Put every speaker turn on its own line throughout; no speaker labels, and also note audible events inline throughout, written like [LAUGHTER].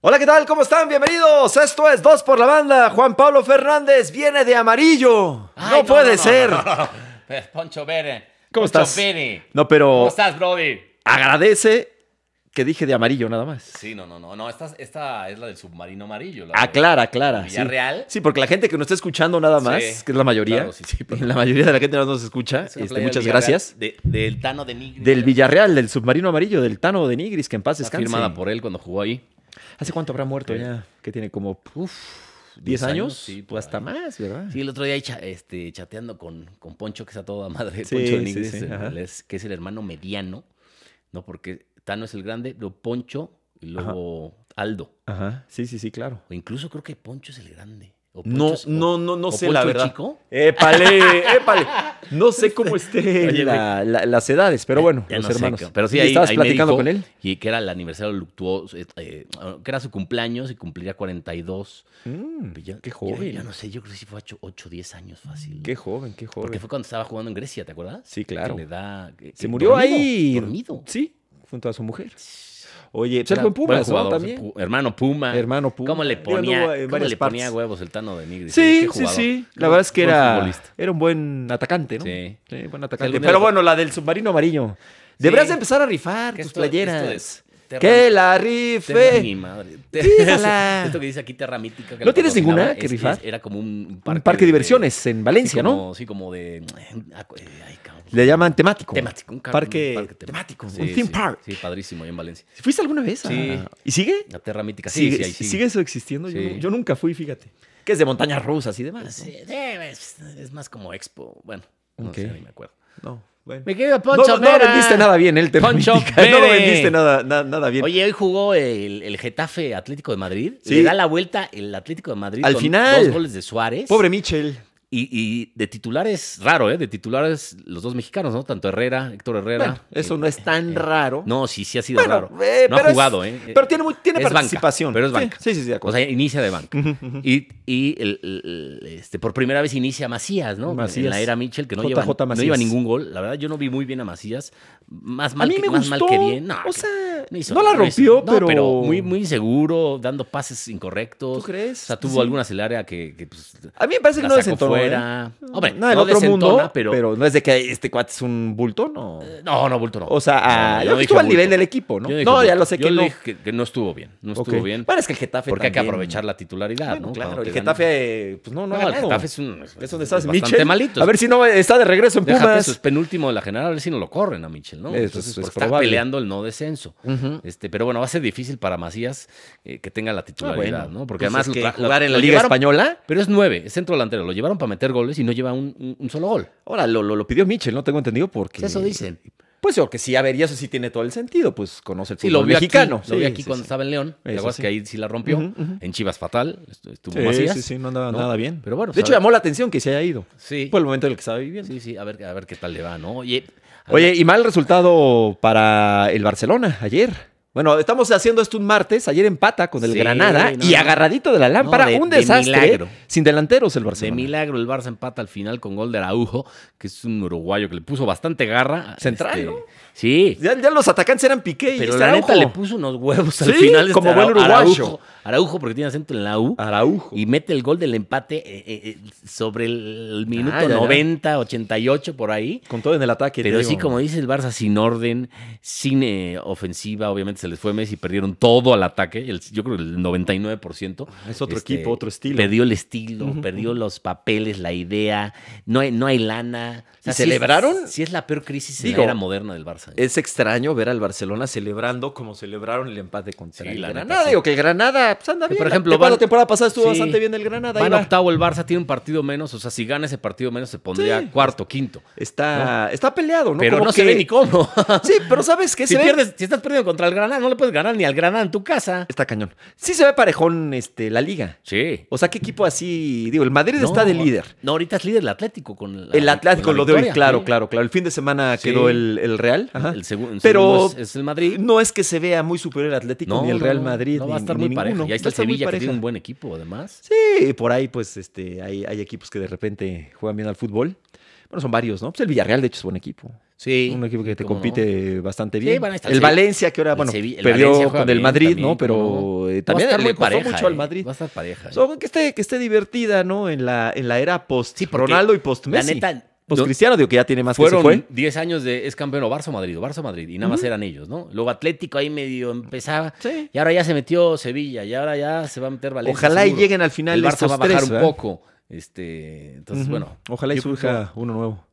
Hola, ¿qué tal? ¿Cómo están? Bienvenidos. Esto es Dos por la Banda. Juan Pablo Fernández viene de amarillo.
Ay,
no puede ser.
Eh, Poncho Pérez.
¿Cómo
Poncho
estás?
Pérez.
No, pero-
¿Cómo estás, Brody?
Agradece que dije de amarillo nada más.
Sí, no, no, no. no esta, esta es la del submarino amarillo. La de-
Aclara, aclara. Ah, Sí.
¿Villarreal?
Sí, porque la gente que nos está escuchando nada más,
Sí.
que es la mayoría,
Claro, sí, sí, pero-
la mayoría de la gente no nos escucha.
es
[LAUGHS]
una
este,
playa del
muchas
Villarreal,
gracias.
de- del Tano de Nigris.
Del Villarreal, del submarino amarillo, del Tano de Nigris, que en paz
Está
descanse.
firmada por él cuando jugó ahí.
¿Hace cuánto habrá muerto
Sí.
ya? Que tiene como, uf, 10
10
años,
años, sí,
o
por
hasta
ahí.
más, ¿verdad?
Sí, el otro día ahí cha- este, chateando con, con Poncho, que está toda madre.
Sí,
Poncho de
sí,
Nigris,
sí,
el-
ajá.
el- es- que es el hermano mediano, ¿no? Porque Tano es el grande, luego Poncho y luego Aldo.
Ajá, sí, sí, sí, claro.
O incluso creo que Poncho es el grande. O Poncho
No,
es- o-
no, no, no
o
sé la
Poncho el
verdad.
chico.
Épale, épale. No sé cómo esté Eh,
Oye,
Este, la- la- las edades, pero bueno,
Ya
los
no sé,
hermanos.
cabrón. pero sí,
¿Y
ahí,
estabas
ahí me
platicando
dijo
con él.
Y que era el aniversario luctuoso, eh, eh, que era su cumpleaños y cumpliría 42.
Mm,
Pero yo-
qué
yo-
joven.
Yo, no sé, yo creo que sí fue 8, 10 años fácil.
Qué joven, qué joven.
Porque fue cuando estaba jugando en Grecia, ¿te acuerdas?
Sí, claro.
Que le da-
Se
que- que-
murió
dormido,
ahí.
Dormido.
Sí, junto a su mujer. Oye, pues él
Era
fue en Pumas,
buen
¿no?
jugador,
También.
pu- hermano Puma.
Hermano Puma.
¿Cómo le
Digo, anduvo
ponía,
en
cómo
varias
le ponía
partes.
huevos el Tano de Nigris?
Sí,
Qué
sí,
jugador.
sí. La
Buen-
verdad es que
buen
era,
futbolista.
era un buen atacante, ¿no?
Sí.
buen atacante.
algún día
Pero
lo-
bueno, la del submarino amarillo. Deberías de empezar a rifar
Que
tus
esto-
playeras.
esto es-
Que la
Terra,
rife.
mi madre.
Dígala.
[LAUGHS] Esto que dice aquí Terra Mítica. que
¿No
la
tienes ninguna
patrocinaba,
que
es-
rifar?
es- Era como un
Un parque de diversiones en Valencia,
sí,
¿no?
como- Sí, como de. eh, Ay, cabrón.
Le llaman temático.
Temático, un car-
parque,
un
temático,
Sí,
un theme
sí,
park.
Sí, padrísimo, ahí en Valencia.
¿Fuiste alguna vez? a-
Sí.
¿Y sigue?
La Terra Mítica. Sí, sí, ahí sí.
¿Sigue eso existiendo? Yo,
Sí.
nu- yo nunca fui, fíjate. Que es de montañas rusas y demás. ¿no?
Sí, eh, es, es más como expo. Bueno, no
Ok.
sé, ni me acuerdo.
No, bueno.
Mi querido
No,
Poncho
no, no vendiste nada bien el tema.
Poncho
[LAUGHS] No lo
Pérez.
vendiste nada, na- nada bien.
Oye, hoy jugó el, el Getafe Atlético de Madrid.
Sí.
Le da la vuelta el Atlético de Madrid.
Al
con
final.
Dos goles de Suárez.
Pobre Michel.
Y, y de titulares, raro, ¿eh? De titulares, los dos mexicanos, ¿no? Tanto Herrera, Héctor Herrera.
Bueno, eso
Eh,
no es tan
eh,
raro.
No, sí, sí ha sido
Bueno,
raro.
eh, pero
no ha
es-
jugado, ¿eh?
Pero tiene, muy- tiene
Es banca,
participación.
pero es
Sí,
banca.
Sí, sí, sí, de
O
acuerdo.
sea, inicia de banca. y y el- el- el- este, por primera vez inicia Macías, ¿no?
Macías.
En la era Mitchell, que no,
JJ
lleva, no
Macías.
lleva ningún gol. La verdad, yo no vi muy bien a Macías. Más
a
mal,
mí
que,
me
más
gustó.
mal que bien. No,
o
que-
sea, no,
no hizo-
la
no hizo-
rompió,
no,
pero...
muy, muy inseguro, dando pases incorrectos.
¿Tú crees?
O sea, tuvo
Sí.
algunas en el área que, que, pues,
A mí me parece que
la
no
sacó
desentonó.
fuera.
¿eh?
Hombre,
no del
no
otro mundo,
desentona,
pero...
pero-
no es de que este cuate es un bulto, no.
No, no, Bulto no.
O sea, ah, yo creo que
No, yo no dije
estuvo al
bulto.
nivel del equipo, ¿no?
Yo dije
no, ya
bulto.
lo sé
Yo
que
le
no.
dije que, que no estuvo bien. No estuvo
Ok.
bien.
Bueno, es que el Getafe
Porque hay que
también-
aprovechar la titularidad,
Bueno,
¿no?
claro,
Cuando
el
te ganan.
Getafe, eh, pues no, no,
No,
ha
el
ganado.
Getafe es un.
Es donde estás,
bastante
Michel.
malito.
A ver si no va- está de regreso en
Déjate
Pumas.
eso, es penúltimo de la general, a ver si no lo corren a Michel, ¿no?
Eso
Entonces,
es-
pues,
es
está
probable.
peleando el no descenso.
Ujú.
Este, pero bueno, va a ser difícil para Macías eh, que tenga la titularidad,
bueno.
¿no? Porque
Pues
además
es
lo
que
tra- lo-
jugar en la
lo
Liga
llevaron-
Española.
Pero es nueve, es centro delantero. Lo llevaron para meter goles y no lleva un, un- un solo gol.
Ahora, lo, lo, lo pidió Michel, no tengo entendido por qué.
Eso dicen.
Pues yo que sí, a ver, y eso sí tiene todo el sentido, pues conoce el
Sí,
fútbol
lo vio
mexicano.
aquí, lo vi
Sí,
aquí
sí,
cuando
sí.
estaba en León. ¿Te
Eso
acuerdas
sí.
que ahí sí la rompió?
Ujú, ujú.
En Chivas fatal, estu- estuvo
Sí,
Macías.
sí, sí, no andaba
¿no?
nada bien.
Pero bueno,
de hecho,
sabe-
llamó la atención que se haya ido.
Sí,
Por el momento en el que estaba viviendo.
sí, sí, a ver, a ver qué tal le va, ¿no? Oye, a ver,
Oye, y mal resultado para el Barcelona ayer. Bueno, estamos haciendo esto un martes. Ayer empata con el
Sí,
Granada
no,
y
no.
agarradito de la lámpara.
No, de-
un
de
desastre.
milagro.
Sin delanteros el
De
Barcelona.
milagro el Barça empata al final con gol de Araujo, que es un uruguayo que le puso bastante garra.
Central,
Este,
¿no?
Sí.
Ya, ya los atacantes eran Piqué y
Pero
este
la neta
Araujo.
le puso unos huevos al
Sí,
final.
como buen
Arau-
uruguayo.
Araujo, Araujo, porque tiene acento en la U.
Araujo.
Y mete el gol del empate eh, eh, eh, sobre el minuto
Ah, ya, ya.
90, 88, por ahí.
Con todo en el ataque. te
Pero sí,
digo.
como dice el Barça, sin orden, sin eh, ofensiva, obviamente se les fue Messi, perdieron todo al ataque, el- yo creo que el 99%.
Ah, Es otro equipo, otro estilo.
Este, Perdió el estilo,
Ujú,
perdió los papeles, la idea, no hay, no hay lana.
¿Y celebraron?
Sí es, la peor crisis
Digo,
en la era moderna del Barça. ¿eh?
Es extraño ver al Barcelona celebrando como celebraron el empate contra
Sí,
el
la neta,
Granada.
sí.
Digo que el Granada pues anda
Que,
bien.
por
La-
ejemplo,
la temporada-
van-
temporada pasada estuvo
Sí.
bastante bien el Granada. ahí
Van
va.
octavo el Barça, tiene un partido menos, o sea, si gana ese partido menos se pondría
Sí.
cuarto, quinto.
Está, está peleado, ¿no?
Pero
Como
no se
que-
ve ni cómo. [LAUGHS]
Sí, pero ¿sabes qué?
si,
se ve-
pierdes, si estás perdiendo contra el Granada, no le puedes ganar ni al Granada en tu casa.
Está cañón. Sí se ve parejón este, la liga.
Sí.
O sea, ¿qué equipo así? Digo, el Madrid está
No,
de líder.
No, ahorita es líder el Atlético con la-
El Atlético,
con la
lo de hoy,
victoria,
claro,
sí.
claro, claro. El fin de semana
Sí.
quedó el, el Real. Ajá.
El segundo,
Pero-
es, es el Madrid.
No es que se vea muy superior el Atlético ni el Real Madrid.
No va a
ni-
estar
ni
muy
ninguno.
parejo. Y ahí está
Va a
el
estar muy
Sevilla, que
pareja.
tiene un buen equipo, además.
Sí, por ahí pues este, hay, hay equipos que de repente juegan bien al fútbol. Bueno, son varios, ¿no? Pues el Villarreal, de hecho, es buen equipo.
Sí.
un equipo que te
¿cómo no?
compite bastante bien.
bueno, ahí está el
el
Sevilla.
Valencia, que ahora,
El
bueno,
Sevilla- el Valencia
perdió
juega
con el
bien
Madrid,
también,
¿no? Pero
¿cómo
eh,
Va a
también
estar
le
muy
costó
pareja,
mucho al
¿eh?
Madrid.
Va a estar pareja. ¿eh?
So, que, esté, que esté divertida, ¿no? En la, en la era post
Sí, porque
Ronaldo y post
La
Messi.
neta,
post
no-
Cristiano, digo que ya tiene más que se
Fueron
fue.
10 años de es campeón o Barça o Madrid, o Barça o Madrid, y nada más eran ellos, ¿no? Luego Atlético ahí medio empezaba,
Sí.
y ahora ya se metió Sevilla, y ahora ya se va a meter Valencia.
Ojalá y
seguro.
lleguen al final
El Barça
estos
va a bajar
tres,
un
¿verdad?
poco. Este, entonces,
Ujú.
bueno.
Ojalá y
yo creo que-
surja uno nuevo.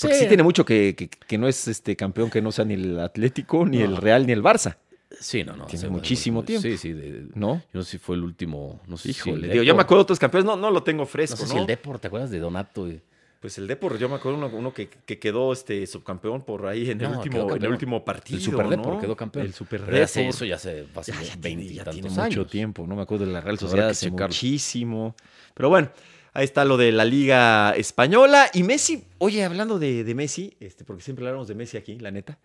Porque
Sí.
sí tiene mucho que, que- que no es este campeón que no sea ni el Atlético, ni
No.
el Real, ni el Barça,
Sí, no, no.
Tiene
se-
muchísimo
sí,
tiempo.
Sí, sí. de-
¿no?
yo no sé si fue el último. No sé si.
Híjole,
el
digo, yo
Depor-
me acuerdo de otros campeones, no, no lo tengo
No
fresco,
sé
¿no?
si el Depor, ¿te acuerdas de Donato? Y-
Pues el Depor, yo me acuerdo uno, uno que, que quedó este subcampeón por ahí en,
No,
el,
quedó
último, en el
campeón.
último partido.
El Super
¿no?
Depor quedó campeón.
El Super
Pero ya sé,
Depor.
eso ya se hace
Ya, ya
20
tiene, ya
y tantos
tiene mucho
años.
tiempo, no me acuerdo de la Real
Habrá
Sociedad
que
hace
checarlo.
muchísimo. Pero bueno, ahí está lo de la Liga Española. Y Messi, oye, hablando de, de Messi, este, porque siempre hablamos de Messi aquí, la neta.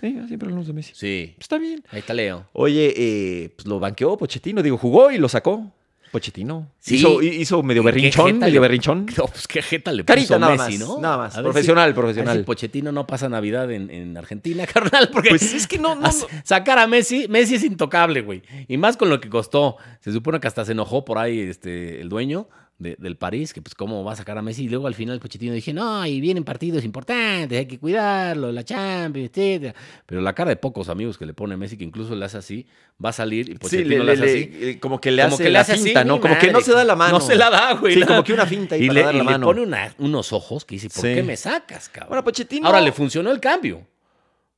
Sí, siempre hablamos de Messi.
Sí.
Está bien.
Ahí está Leo.
Oye, eh, pues lo banqueó Pochettino, digo, jugó y lo sacó. Pochettino.
Sí.
Hizo, hi- hizo medio
¿Qué
berrinchón,
jeta
medio
le-
[LAUGHS] berrinchón.
No, pues qué jeta le puso
Carita nada
Messi,
más,
¿no?
nada más.
A ver si-
Profesional,
a ver si
profesional.
Pochettino no pasa Navidad en, en Argentina, [LAUGHS] carnal, porque
Pues es que no, no,
a- sacar a Messi, Messi es intocable, güey. Y más con lo que costó. Se supone que hasta se enojó por ahí este, el dueño de- del París, que pues cómo va a sacar a Messi. Y luego al final Pochettino dije, no, y vienen partidos importantes, hay que cuidarlo, la Champions, etcétera. Pero la cara de pocos amigos que le pone Messi, que incluso le hace así, va a salir y
Sí,
Pochettino
le-
le hace
le-
así.
le- eh, como que le
Como
hace
que le
la
hace así,
finta, ¿no?
mi
Como que no
madre.
se da la mano.
No se la da, güey.
Sí,
nada.
como que una finta ahí
Y,
para
le,
dar
y
la
le
mano.
pone una- unos ojos que dice, ¿por
Sí. pues
qué me sacas, cabrón?
Ahora, Pochettino.
Ahora le funcionó el cambio,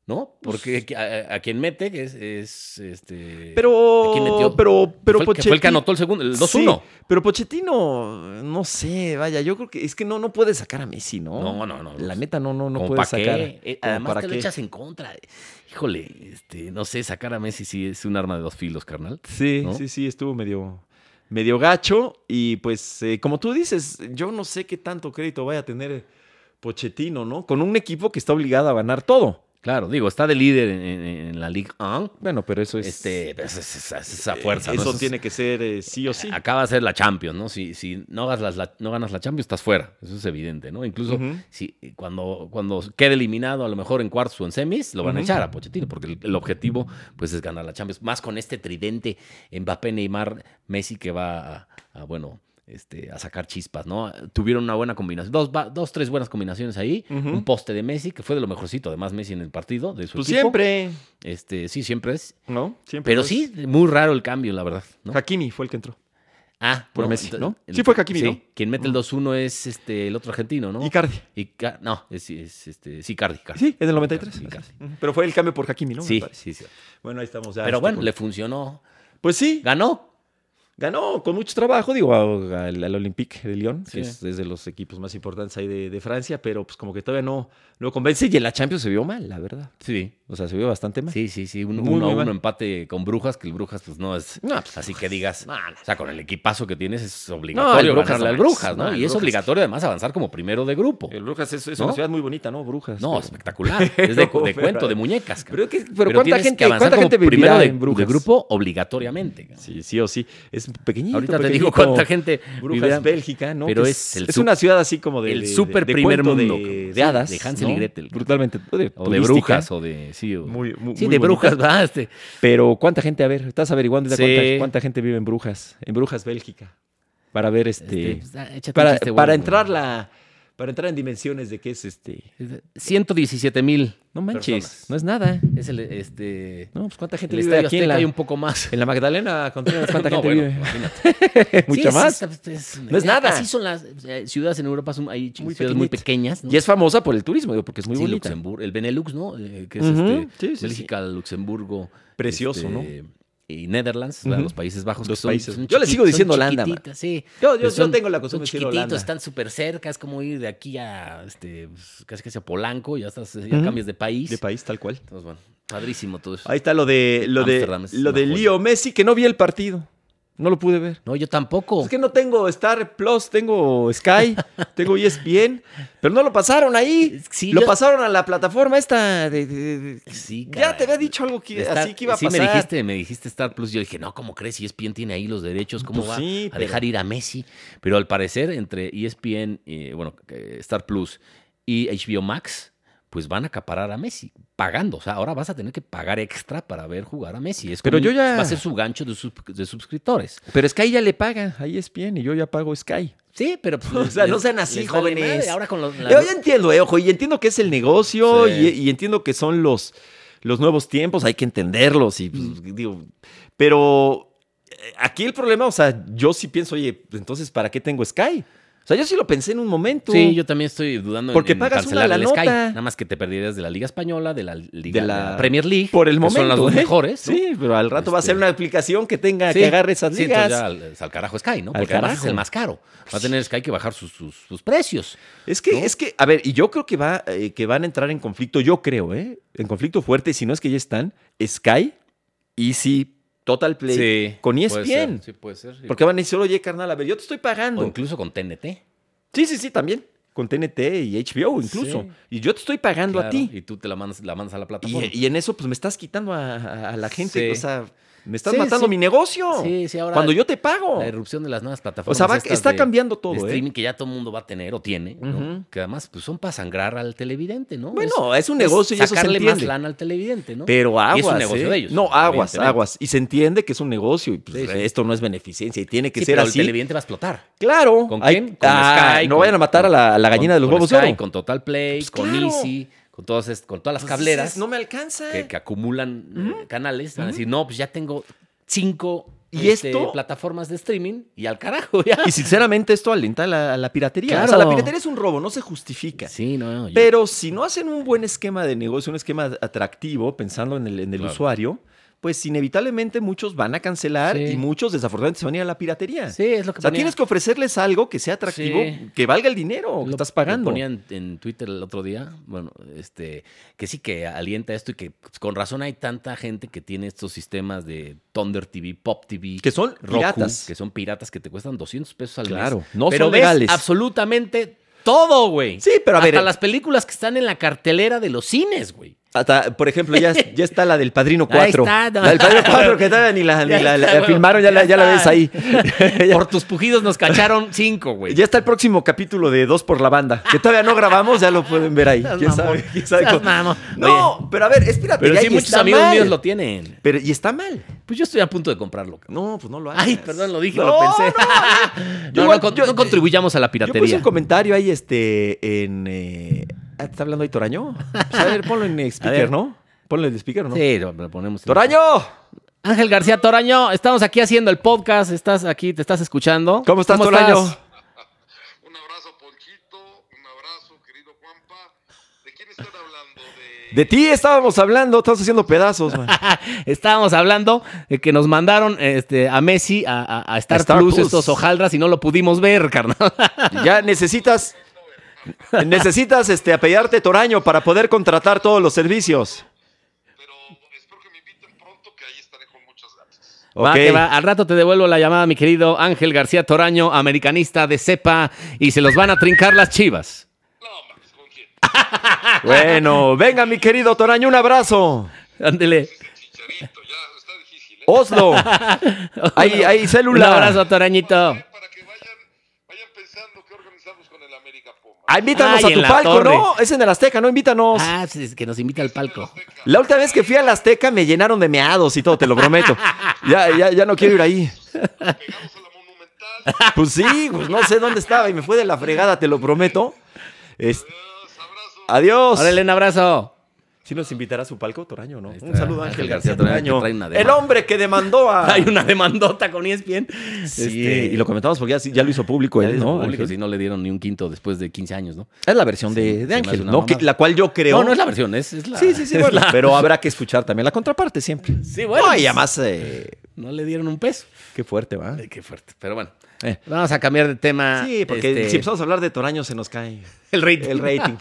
¿no? Porque a, a- a quien mete que es, es, este... ¿a quién
Pero,
metió?
pero, pero
fue, el que- fue el
Pochetti-
que anotó el segundo, el 2-1.
Sí, pero Pochettino, no sé, vaya, yo creo que es que no, no puede sacar a Messi, ¿no?
No, no, no.
La neta no, no, no
¿Cómo
puede
pa' qué?
sacar.
Eh,
¿Cómo
además
para
te lo
qué?
echas en contra. Híjole, este, no sé, sacar a Messi sí es un arma de dos filos, carnal.
Sí,
¿no?
sí, sí, estuvo medio, medio gacho. Y pues, eh, como tú dices, yo no sé qué tanto crédito vaya a tener Pochettino, ¿no? Con un equipo que está obligado a ganar todo.
Claro, digo, está de líder en, en- en la Ligue 1.
Bueno, pero eso es.
Este, pues, es- es- es esa
eh,
fuerza. ¿no?
Eso
Es-
tiene que ser eh, sí o sí.
Acaba de ser la Champions, ¿no? Si, si no, ganas la, no ganas la Champions, estás fuera. Eso es evidente, ¿no? Incluso
Ujú.
si eh, cuando, cuando quede eliminado, a lo mejor en cuartos o en semis, lo van a
Ujú.
echar a Pochettino, porque el, el objetivo, pues, es ganar la Champions. Más con este tridente Mbappé, Neymar, Messi, que va a, a, bueno, este, a sacar chispas, ¿no? Tuvieron una buena combinación. Dos, va- dos tres buenas combinaciones ahí.
Ujú.
Un poste de Messi, que fue de lo mejorcito, además, Messi en el partido de su
Pues
equipo.
siempre,
Este, sí, siempre es.
¿no? Siempre.
Pero
es-
sí, muy raro el cambio, la verdad, ¿no?
Hakimi fue el que entró.
Ah,
Por Messi,
ento-
¿no? Sí fue Hakimi, ¿no?
Quien mete el 2-1 es este, el otro argentino, ¿no?
Icardi.
Ica- no, es, es, este, sí, Cardi. Cardi.
Sí, en el 93.
Icardi, Icardi.
Ujú. Pero fue el cambio por Hakimi, ¿no? Me
Sí,
parece.
sí, sí.
Bueno, ahí estamos ya.
Pero
este,
bueno,
con-
le funcionó.
Pues sí,
Ganó.
ganó con mucho trabajo, digo, a- al, al Olympique de Lyon,
Sí.
que es, es de los equipos más importantes ahí de, de Francia, pero pues como que todavía no, no convence. Y en la Champions se vio mal, la verdad.
Sí.
O sea, se vio bastante mal.
Sí, sí, sí. Un
Muy, muy
1
mal.
1 empate con Brujas, que el Brujas, pues no es.
No, pues,
así que digas.
no, no.
O sea, con el equipazo que tienes es
No, el
obligatorio
Brujas
ganarle
no manches.
al Brujas, ¿no?
No, el
y es
Brujas.
obligatorio además avanzar como primero de grupo.
El Brujas es, es
¿No?
una ciudad muy bonita, ¿no? Brujas.
No,
pero- [LAUGHS]
espectacular. Es de,
No,
de
pero-
cuento, de muñecas. cabrón.
Pero, que- pero
Pero
¿cuánta
tienes que
gente,
avanzar
cuánta
como
gente vivirá
primero de,
en Brujas?
de grupo obligatoriamente. cabrón.
Sí, sí o sí. Es pequeñito.
Ahorita te
pequeñito.
digo cuánta gente.
Brujas,
vivirá-
Bélgica, ¿no?
pero
Que
es el
es
sup-
una ciudad así como de.
el
de-
súper
de
primer
cuento
mundo,
De,
cabrón.
de hadas.
Sí, de Hansel y
¿no?
Brutalmente.
Brutalmente.
O de brujas, o de. Sí, o-
Muy, muy,
sí
muy bonita.
de brujas, ¿verdad? Este,
Pero ¿cuánta gente? A ver, estás averiguando ahorita
Sí.
cuánta, cuánta gente vive en Brujas, en Brujas, Bélgica, para ver este,
este, ah, échate un
para,
chiste,
para
güey.
entrar la, para entrar en dimensiones de qué es este.
117 mil.
No manches,
Personas.
no es nada.
Es el. Este,
No, pues cuánta gente
el
vive
estadio
aquí en la,
Azteca hay un poco más.
en la Magdalena Contreras, [LAUGHS] cuánta
[LAUGHS] No,
gente
bueno,
vive.
imagínate.
[LAUGHS] Mucha
Sí,
más.
sí, está- pues, es-
No es nada.
Así son las eh, ciudades en Europa, son, hay
Muy
ciudades muy
pequeñitas.
pequeñas. ¿no?
Y es famosa por el turismo, digo, porque es muy
Sí,
bonita.
Luxemburgo, el Benelux, ¿no? Eh, que es
Ujú,
este,
sí, sí, sí.
Bélgica, Luxemburgo.
Precioso,
este, Y Netherlands, ¿verdad?
Ujú.
los Países Bajos.
Los
que son-
países-
son
yo le sigo
chiqui- son
diciendo Holanda, man.
chiquititas, Sí.
Yo, yo,
Pero
yo
son-
tengo la
son
costumbre de decir
chiquititos,
Holanda.
están súper cerca, es como ir de aquí a, este, pues, casi casi a Polanco, ya estás, ya
Ujú.
cambias de país.
De país tal cual.
Entonces, bueno, padrísimo todo eso.
Ahí está lo de lo de
Ámsterdam es
lo
una
de
joya.
Leo Messi que no vi el partido. No lo pude ver.
No, yo tampoco.
Es que no tengo Star Plus, tengo
[LAUGHS]
Sky, tengo E ESPN, pero no lo pasaron ahí.
Sí,
lo
yo-
pasaron a la plataforma esta. de- de- de-
Sí,
ya te
caray.
había dicho algo que,
Star-
así que iba a
sí
pasar.
me dijiste, me dijiste Star Plus. Yo dije, no, ¿cómo crees? E ESPN tiene ahí los derechos, ¿cómo
Pues
va
sí,
a
pero-
E dejar ir a Messi? Pero al parecer, entre ESPN, eh, bueno, eh, Star Plus y HBO Max, pues van a acaparar a Messi pagando. O sea, ahora vas a tener que pagar extra para ver jugar a Messi. Es
Pero
como
yo
un-
ya-
Va a ser su gancho de, sus- de suscriptores.
Pero Sky ya le paga, E ahí es bien, y yo ya pago Sky.
Sí, pero pues,
[LAUGHS] O sea,
les-
no sean
les
así,
vale
jóvenes.
madre. Ahora con los,
Yo ya entiendo, eh, ojo, y entiendo que es el negocio
Sí.
y, y entiendo que son los, los nuevos tiempos, hay que entenderlos y pues,
Mm.
digo, pero eh, aquí el problema, o sea, yo sí pienso, oye, entonces, ¿para qué tengo Sky? O sea, yo sí lo pensé en un momento.
Sí, yo también estoy dudando en-
Porque
en,
pagas una
cancelar
la
el Sky.
nota.
Nada más que te perdieras de la Liga Española, de la Liga
De
de
la-
la, Premier League.
por el
que
momento.
Son las dos
¿eh?
mejores. ¿no?
Sí, pero al rato va a ser
Este-
una aplicación que tenga, que
Sí.
agarre esas
Sí, entonces
ligas.
ya al, es al carajo Sky, ¿no?
Al
Porque además es
carajo.
el más caro. Va a tener Sky que bajar sus, sus, sus precios.
Es que,
¿no?
es que, a ver, y yo creo que va, eh, que van a entrar en conflicto, yo creo, ¿eh? En conflicto fuerte, si no es que ya están, Sky, Easy, Total Play, con E
puede
ESPN.
ser, Sí, puede ser. sí.
Porque van a decir, oye, carnal, a ver, yo te estoy
o
pagando.
incluso con TNT.
Sí, sí, sí, también. Con TNT y HBO incluso.
Sí.
Y yo te estoy pagando a
claro,
ti.
Y tú te la mandas, la mandas a la plataforma.
Y, y en eso, pues me estás quitando a, a- a la gente.
Sí.
O sea, me estás
Sí,
matando
sí.
mi negocio.
sí, sí, ahora.
Cuando yo te pago.
La irrupción de las nuevas
O
plataformas.
sea, va-
estas
está
de-
cambiando todo.
de
¿eh?
streaming que ya todo el mundo va a tener o tiene, ¿no?
Ujú.
que además pues, son para sangrar al televidente, ¿no? Es-
Bueno, es un negocio
es
y eso se
sacarle
entiende.
más lana al televidente, ¿no?
Pero aguas.
Y es un negocio
¿eh?
de ellos,
No, aguas,
evidentemente.
aguas. Y se entiende que es un negocio. Y pues,
Sí, sí.
esto no es beneficencia y tiene que
Sí,
ser
pero el
así.
televidente va a explotar.
Claro.
¿Con
hay-
quién? Con
Ah,
Sky,
no
con-
vayan a matar a la, a la gallina
Con-
de los
con
huevos de
Sky,
oro.
Con Total Play,
Pues,
con
claro.
Easy, con, todas est- con todas las
Entonces,
cableras
Pues, No me alcanza.
que, que acumulan eh,
Ujú.
canales. Van a
Ujú.
decir, no, pues ya tengo cinco
¿Y
este,
esto?
plataformas de streaming y al carajo ya.
[LAUGHS] Y sinceramente esto alenta a la, a la piratería.
Claro.
O sea, la piratería es un robo, no se justifica.
Sí, no, no, yo-
Pero si no hacen un buen esquema de negocio, un esquema atractivo, pensando en el, en el
Claro.
usuario, pues inevitablemente muchos van a cancelar
Sí.
y muchos desafortunadamente se van a ir a la piratería.
sí, es lo que
O sea,
ponía-
tienes que ofrecerles algo que sea atractivo,
Sí.
que valga el dinero que
Lo-
estás
Lo
pagando.
ponía en, en Twitter el otro día, bueno, este, que sí que alienta esto y que pues, con razón hay tanta gente que tiene estos sistemas de Thunder TV, Pop TV,
Que son
Roku,
piratas.
que son piratas que te cuestan 200 pesos al
Claro,
mes.
no
pero
son
ves
legales.
absolutamente todo, güey.
Sí, pero a
Hasta
ver, eh,
las películas que están en la cartelera de los cines, güey.
hasta, por ejemplo,
[LAUGHS]
ya, ya está la del Padrino
Ahí
4.
está, no.
La del
[LAUGHS]
Padrino 4 que todavía ni la,
Ya
ni la-
está,
la
güey.
filmaron, ya, la,
Ya
ya la ves
está. [LAUGHS]
ahí. [LAUGHS] Ya-
Por tus pujidos nos cacharon cinco, güey.
Ya está el próximo capítulo de Dos por la Banda, que todavía no grabamos, ya lo pueden ver ahí.
Seas
¿Quién
mamón,
sabe? ¿Quién sabe
seas
cómo?
mamón.
No,
Oye,
pero a ver, espérate.
Pero
ya,
sí,
y
muchos
está
amigos
mal.
míos lo tienen.
Pero, y está mal.
Pues yo estoy a punto de comprarlo. cabrón.
No, pues no lo hagas.
Ay, perdón, lo dije,
No,
lo pensé.
no,
[LAUGHS] No,
Yo-
no, con-
yo-
no contribuyamos a la
Yo puse
piratería.
un comentario ahí, este, en... eh, ah, ¿Está hablando ahí Toraño? Pues, a ver,
[LAUGHS]
ponlo en eh, speaker,
ver.
¿no? Ponlo en el speaker, ¿no?
Sí, lo, lo ponemos. en-
¡Toraño!
Ángel García Toraño, estamos aquí haciendo el podcast, estás aquí, te estás escuchando.
¿Cómo estás, Toraño?
Un abrazo, Ponchito. Un abrazo, querido Juanpa. ¿De quién están hablando? De...
De ti estábamos hablando, estamos haciendo pedazos,
[LAUGHS]
man.
Estábamos hablando de que nos mandaron este, a Messi a, a- a Star,
Star
Plus,
Plus.
estos hojaldras y no lo pudimos ver, [LAUGHS] carnal.
Ya necesitas... Necesitas este, apellidarte Toraño para poder contratar todos los servicios.
Pero espero que me inviten pronto, que ahí estaré con muchas ganas.
Va,
Ok.
que va. Al rato te devuelvo la llamada, mi querido Ángel García Toraño, americanista de cepa, y se los van a trincar las chivas.
No, Max, ¿con quién?
Bueno, venga, mi querido Toraño, un abrazo.
Ándele.
Ese chicharito, ya está difícil, ¿eh?
[LAUGHS]
Oslo. Hay, hay
Un
célula.
abrazo, Torañito.
Para, para que vayan, vayan pensando qué organizamos con el América Puma.
Ah, invítanos
Ay,
a
en
tu
la
palco,
torre.
¿no? Es en el Azteca, ¿no? Invítanos.
Ah, pues es que nos invita al palco.
La última vez que fui al Azteca me llenaron de meados y todo, te lo prometo. Ya, ya, ya no quiero ir ahí.
Pegamos a la Monumental.
Pues sí, pues no sé dónde estaba y me fue de la fregada, te lo prometo. Es-
Adiós, abrazo.
adiós.
Órale, un abrazo.
¿Sí nos invitará a su palco, Toraño, no?
Ahí está,
Un saludo a Ángel García Toraño.
que trae una
El
demanda.
hombre que demandó a...
Hay una demandota con ESPN.
Sí,
Este,
y lo comentamos porque ya, sí- ya lo hizo público
ya
él,
dijo
¿no?
público,
Ángel?
si no le dieron ni un quinto después de 15 años, ¿no?
Es la versión
Sí,
de,
se
de
me hace
Ángel,
una
¿no? Que-
mamada.
la cual yo creo...
No, no es la versión, es, es la...
Sí, sí, sí,
es
bueno.
[LAUGHS] la-
Pero habrá que escuchar también la contraparte siempre.
Sí, bueno,
No, y
pues-
además, eh,
No le dieron un peso.
qué fuerte, ¿va?
Ay, qué fuerte. Pero bueno,
Eh.
vamos a cambiar de tema.
Sí, porque
este,
si empezamos a hablar de Toraño se nos cae
el rating.
el [LAUGHS] rating.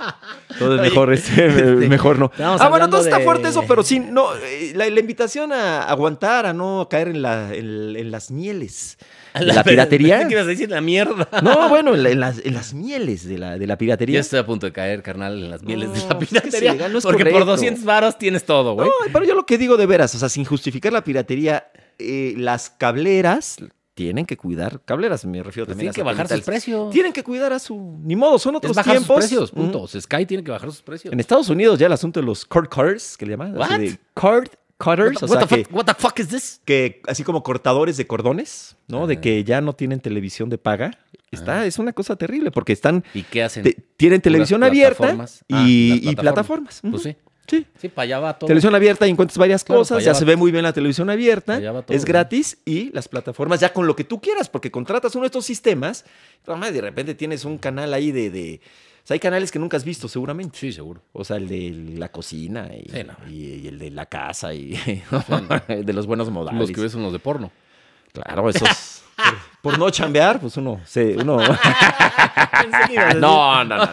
Entonces
Oye,
mejor, este,
[LAUGHS] este,
mejor no.
estábamos
Ah, bueno,
hablando
entonces está
de-
fuerte eso, pero sí, no, eh, la, la invitación a aguantar, a no caer en, la, en, en las mieles de la, piratería.
¿Qué ibas a decir? La mierda. [LAUGHS]
No, bueno, en, la- en las, en las mieles de la, de la
Yo
piratería.
estoy a punto de caer, carnal, en las mieles de
No,
la
pues es que
piratería.
si legal no es
porque por
correcto.
200 varos tienes todo, güey.
No, pero yo lo que digo de veras, o sea, sin justificar la piratería, eh, las cableras tienen que cuidar cableras, me refiero
Pues
también
tienen
a
que bajar sus
satelitales.
precios.
Tienen que cuidar a su. Ni modo, son
Es
otros
bajar sus
tiempos.
precios,
Ujú.
punto. Sky tiene que bajar sus precios.
En Estados Unidos ya el asunto de los cord cutters, que le llaman. así
What?
de cord
What
cutters,
the,
o sea
what the
que,
fuck, what the fuck is this?
que así como cortadores de cordones, ¿no? De
Ajá. Ah.
que ya no tienen televisión de paga. Está, es una cosa terrible porque están,
¿Y qué hacen?
te- tienen televisión abierta
plataformas. Ah,
y,
las
y plataformas.
plataformas. Pues
Ujú.
sí.
Sí.
Sí, para allá va todo.
Televisión abierta y encuentras varias
Claro, para
cosas,
allá
ya
va
se ve muy bien la televisión abierta,
para allá va todo,
es
¿no?
gratis y las plataformas ya con lo que tú quieras, porque contratas uno de estos sistemas, no mames, de repente tienes un canal ahí de, de- O sea, hay canales que nunca has visto seguramente.
Sí, seguro.
O sea, el de la cocina y,
Sí, no.
y- y el de la casa y
no.
el [LAUGHS] de los buenos modales.
Los que ves son los de porno.
Claro,
[LAUGHS]
esos... por, por no chambear, pues uno... Se, uno... [LAUGHS] no, no, no, no, no.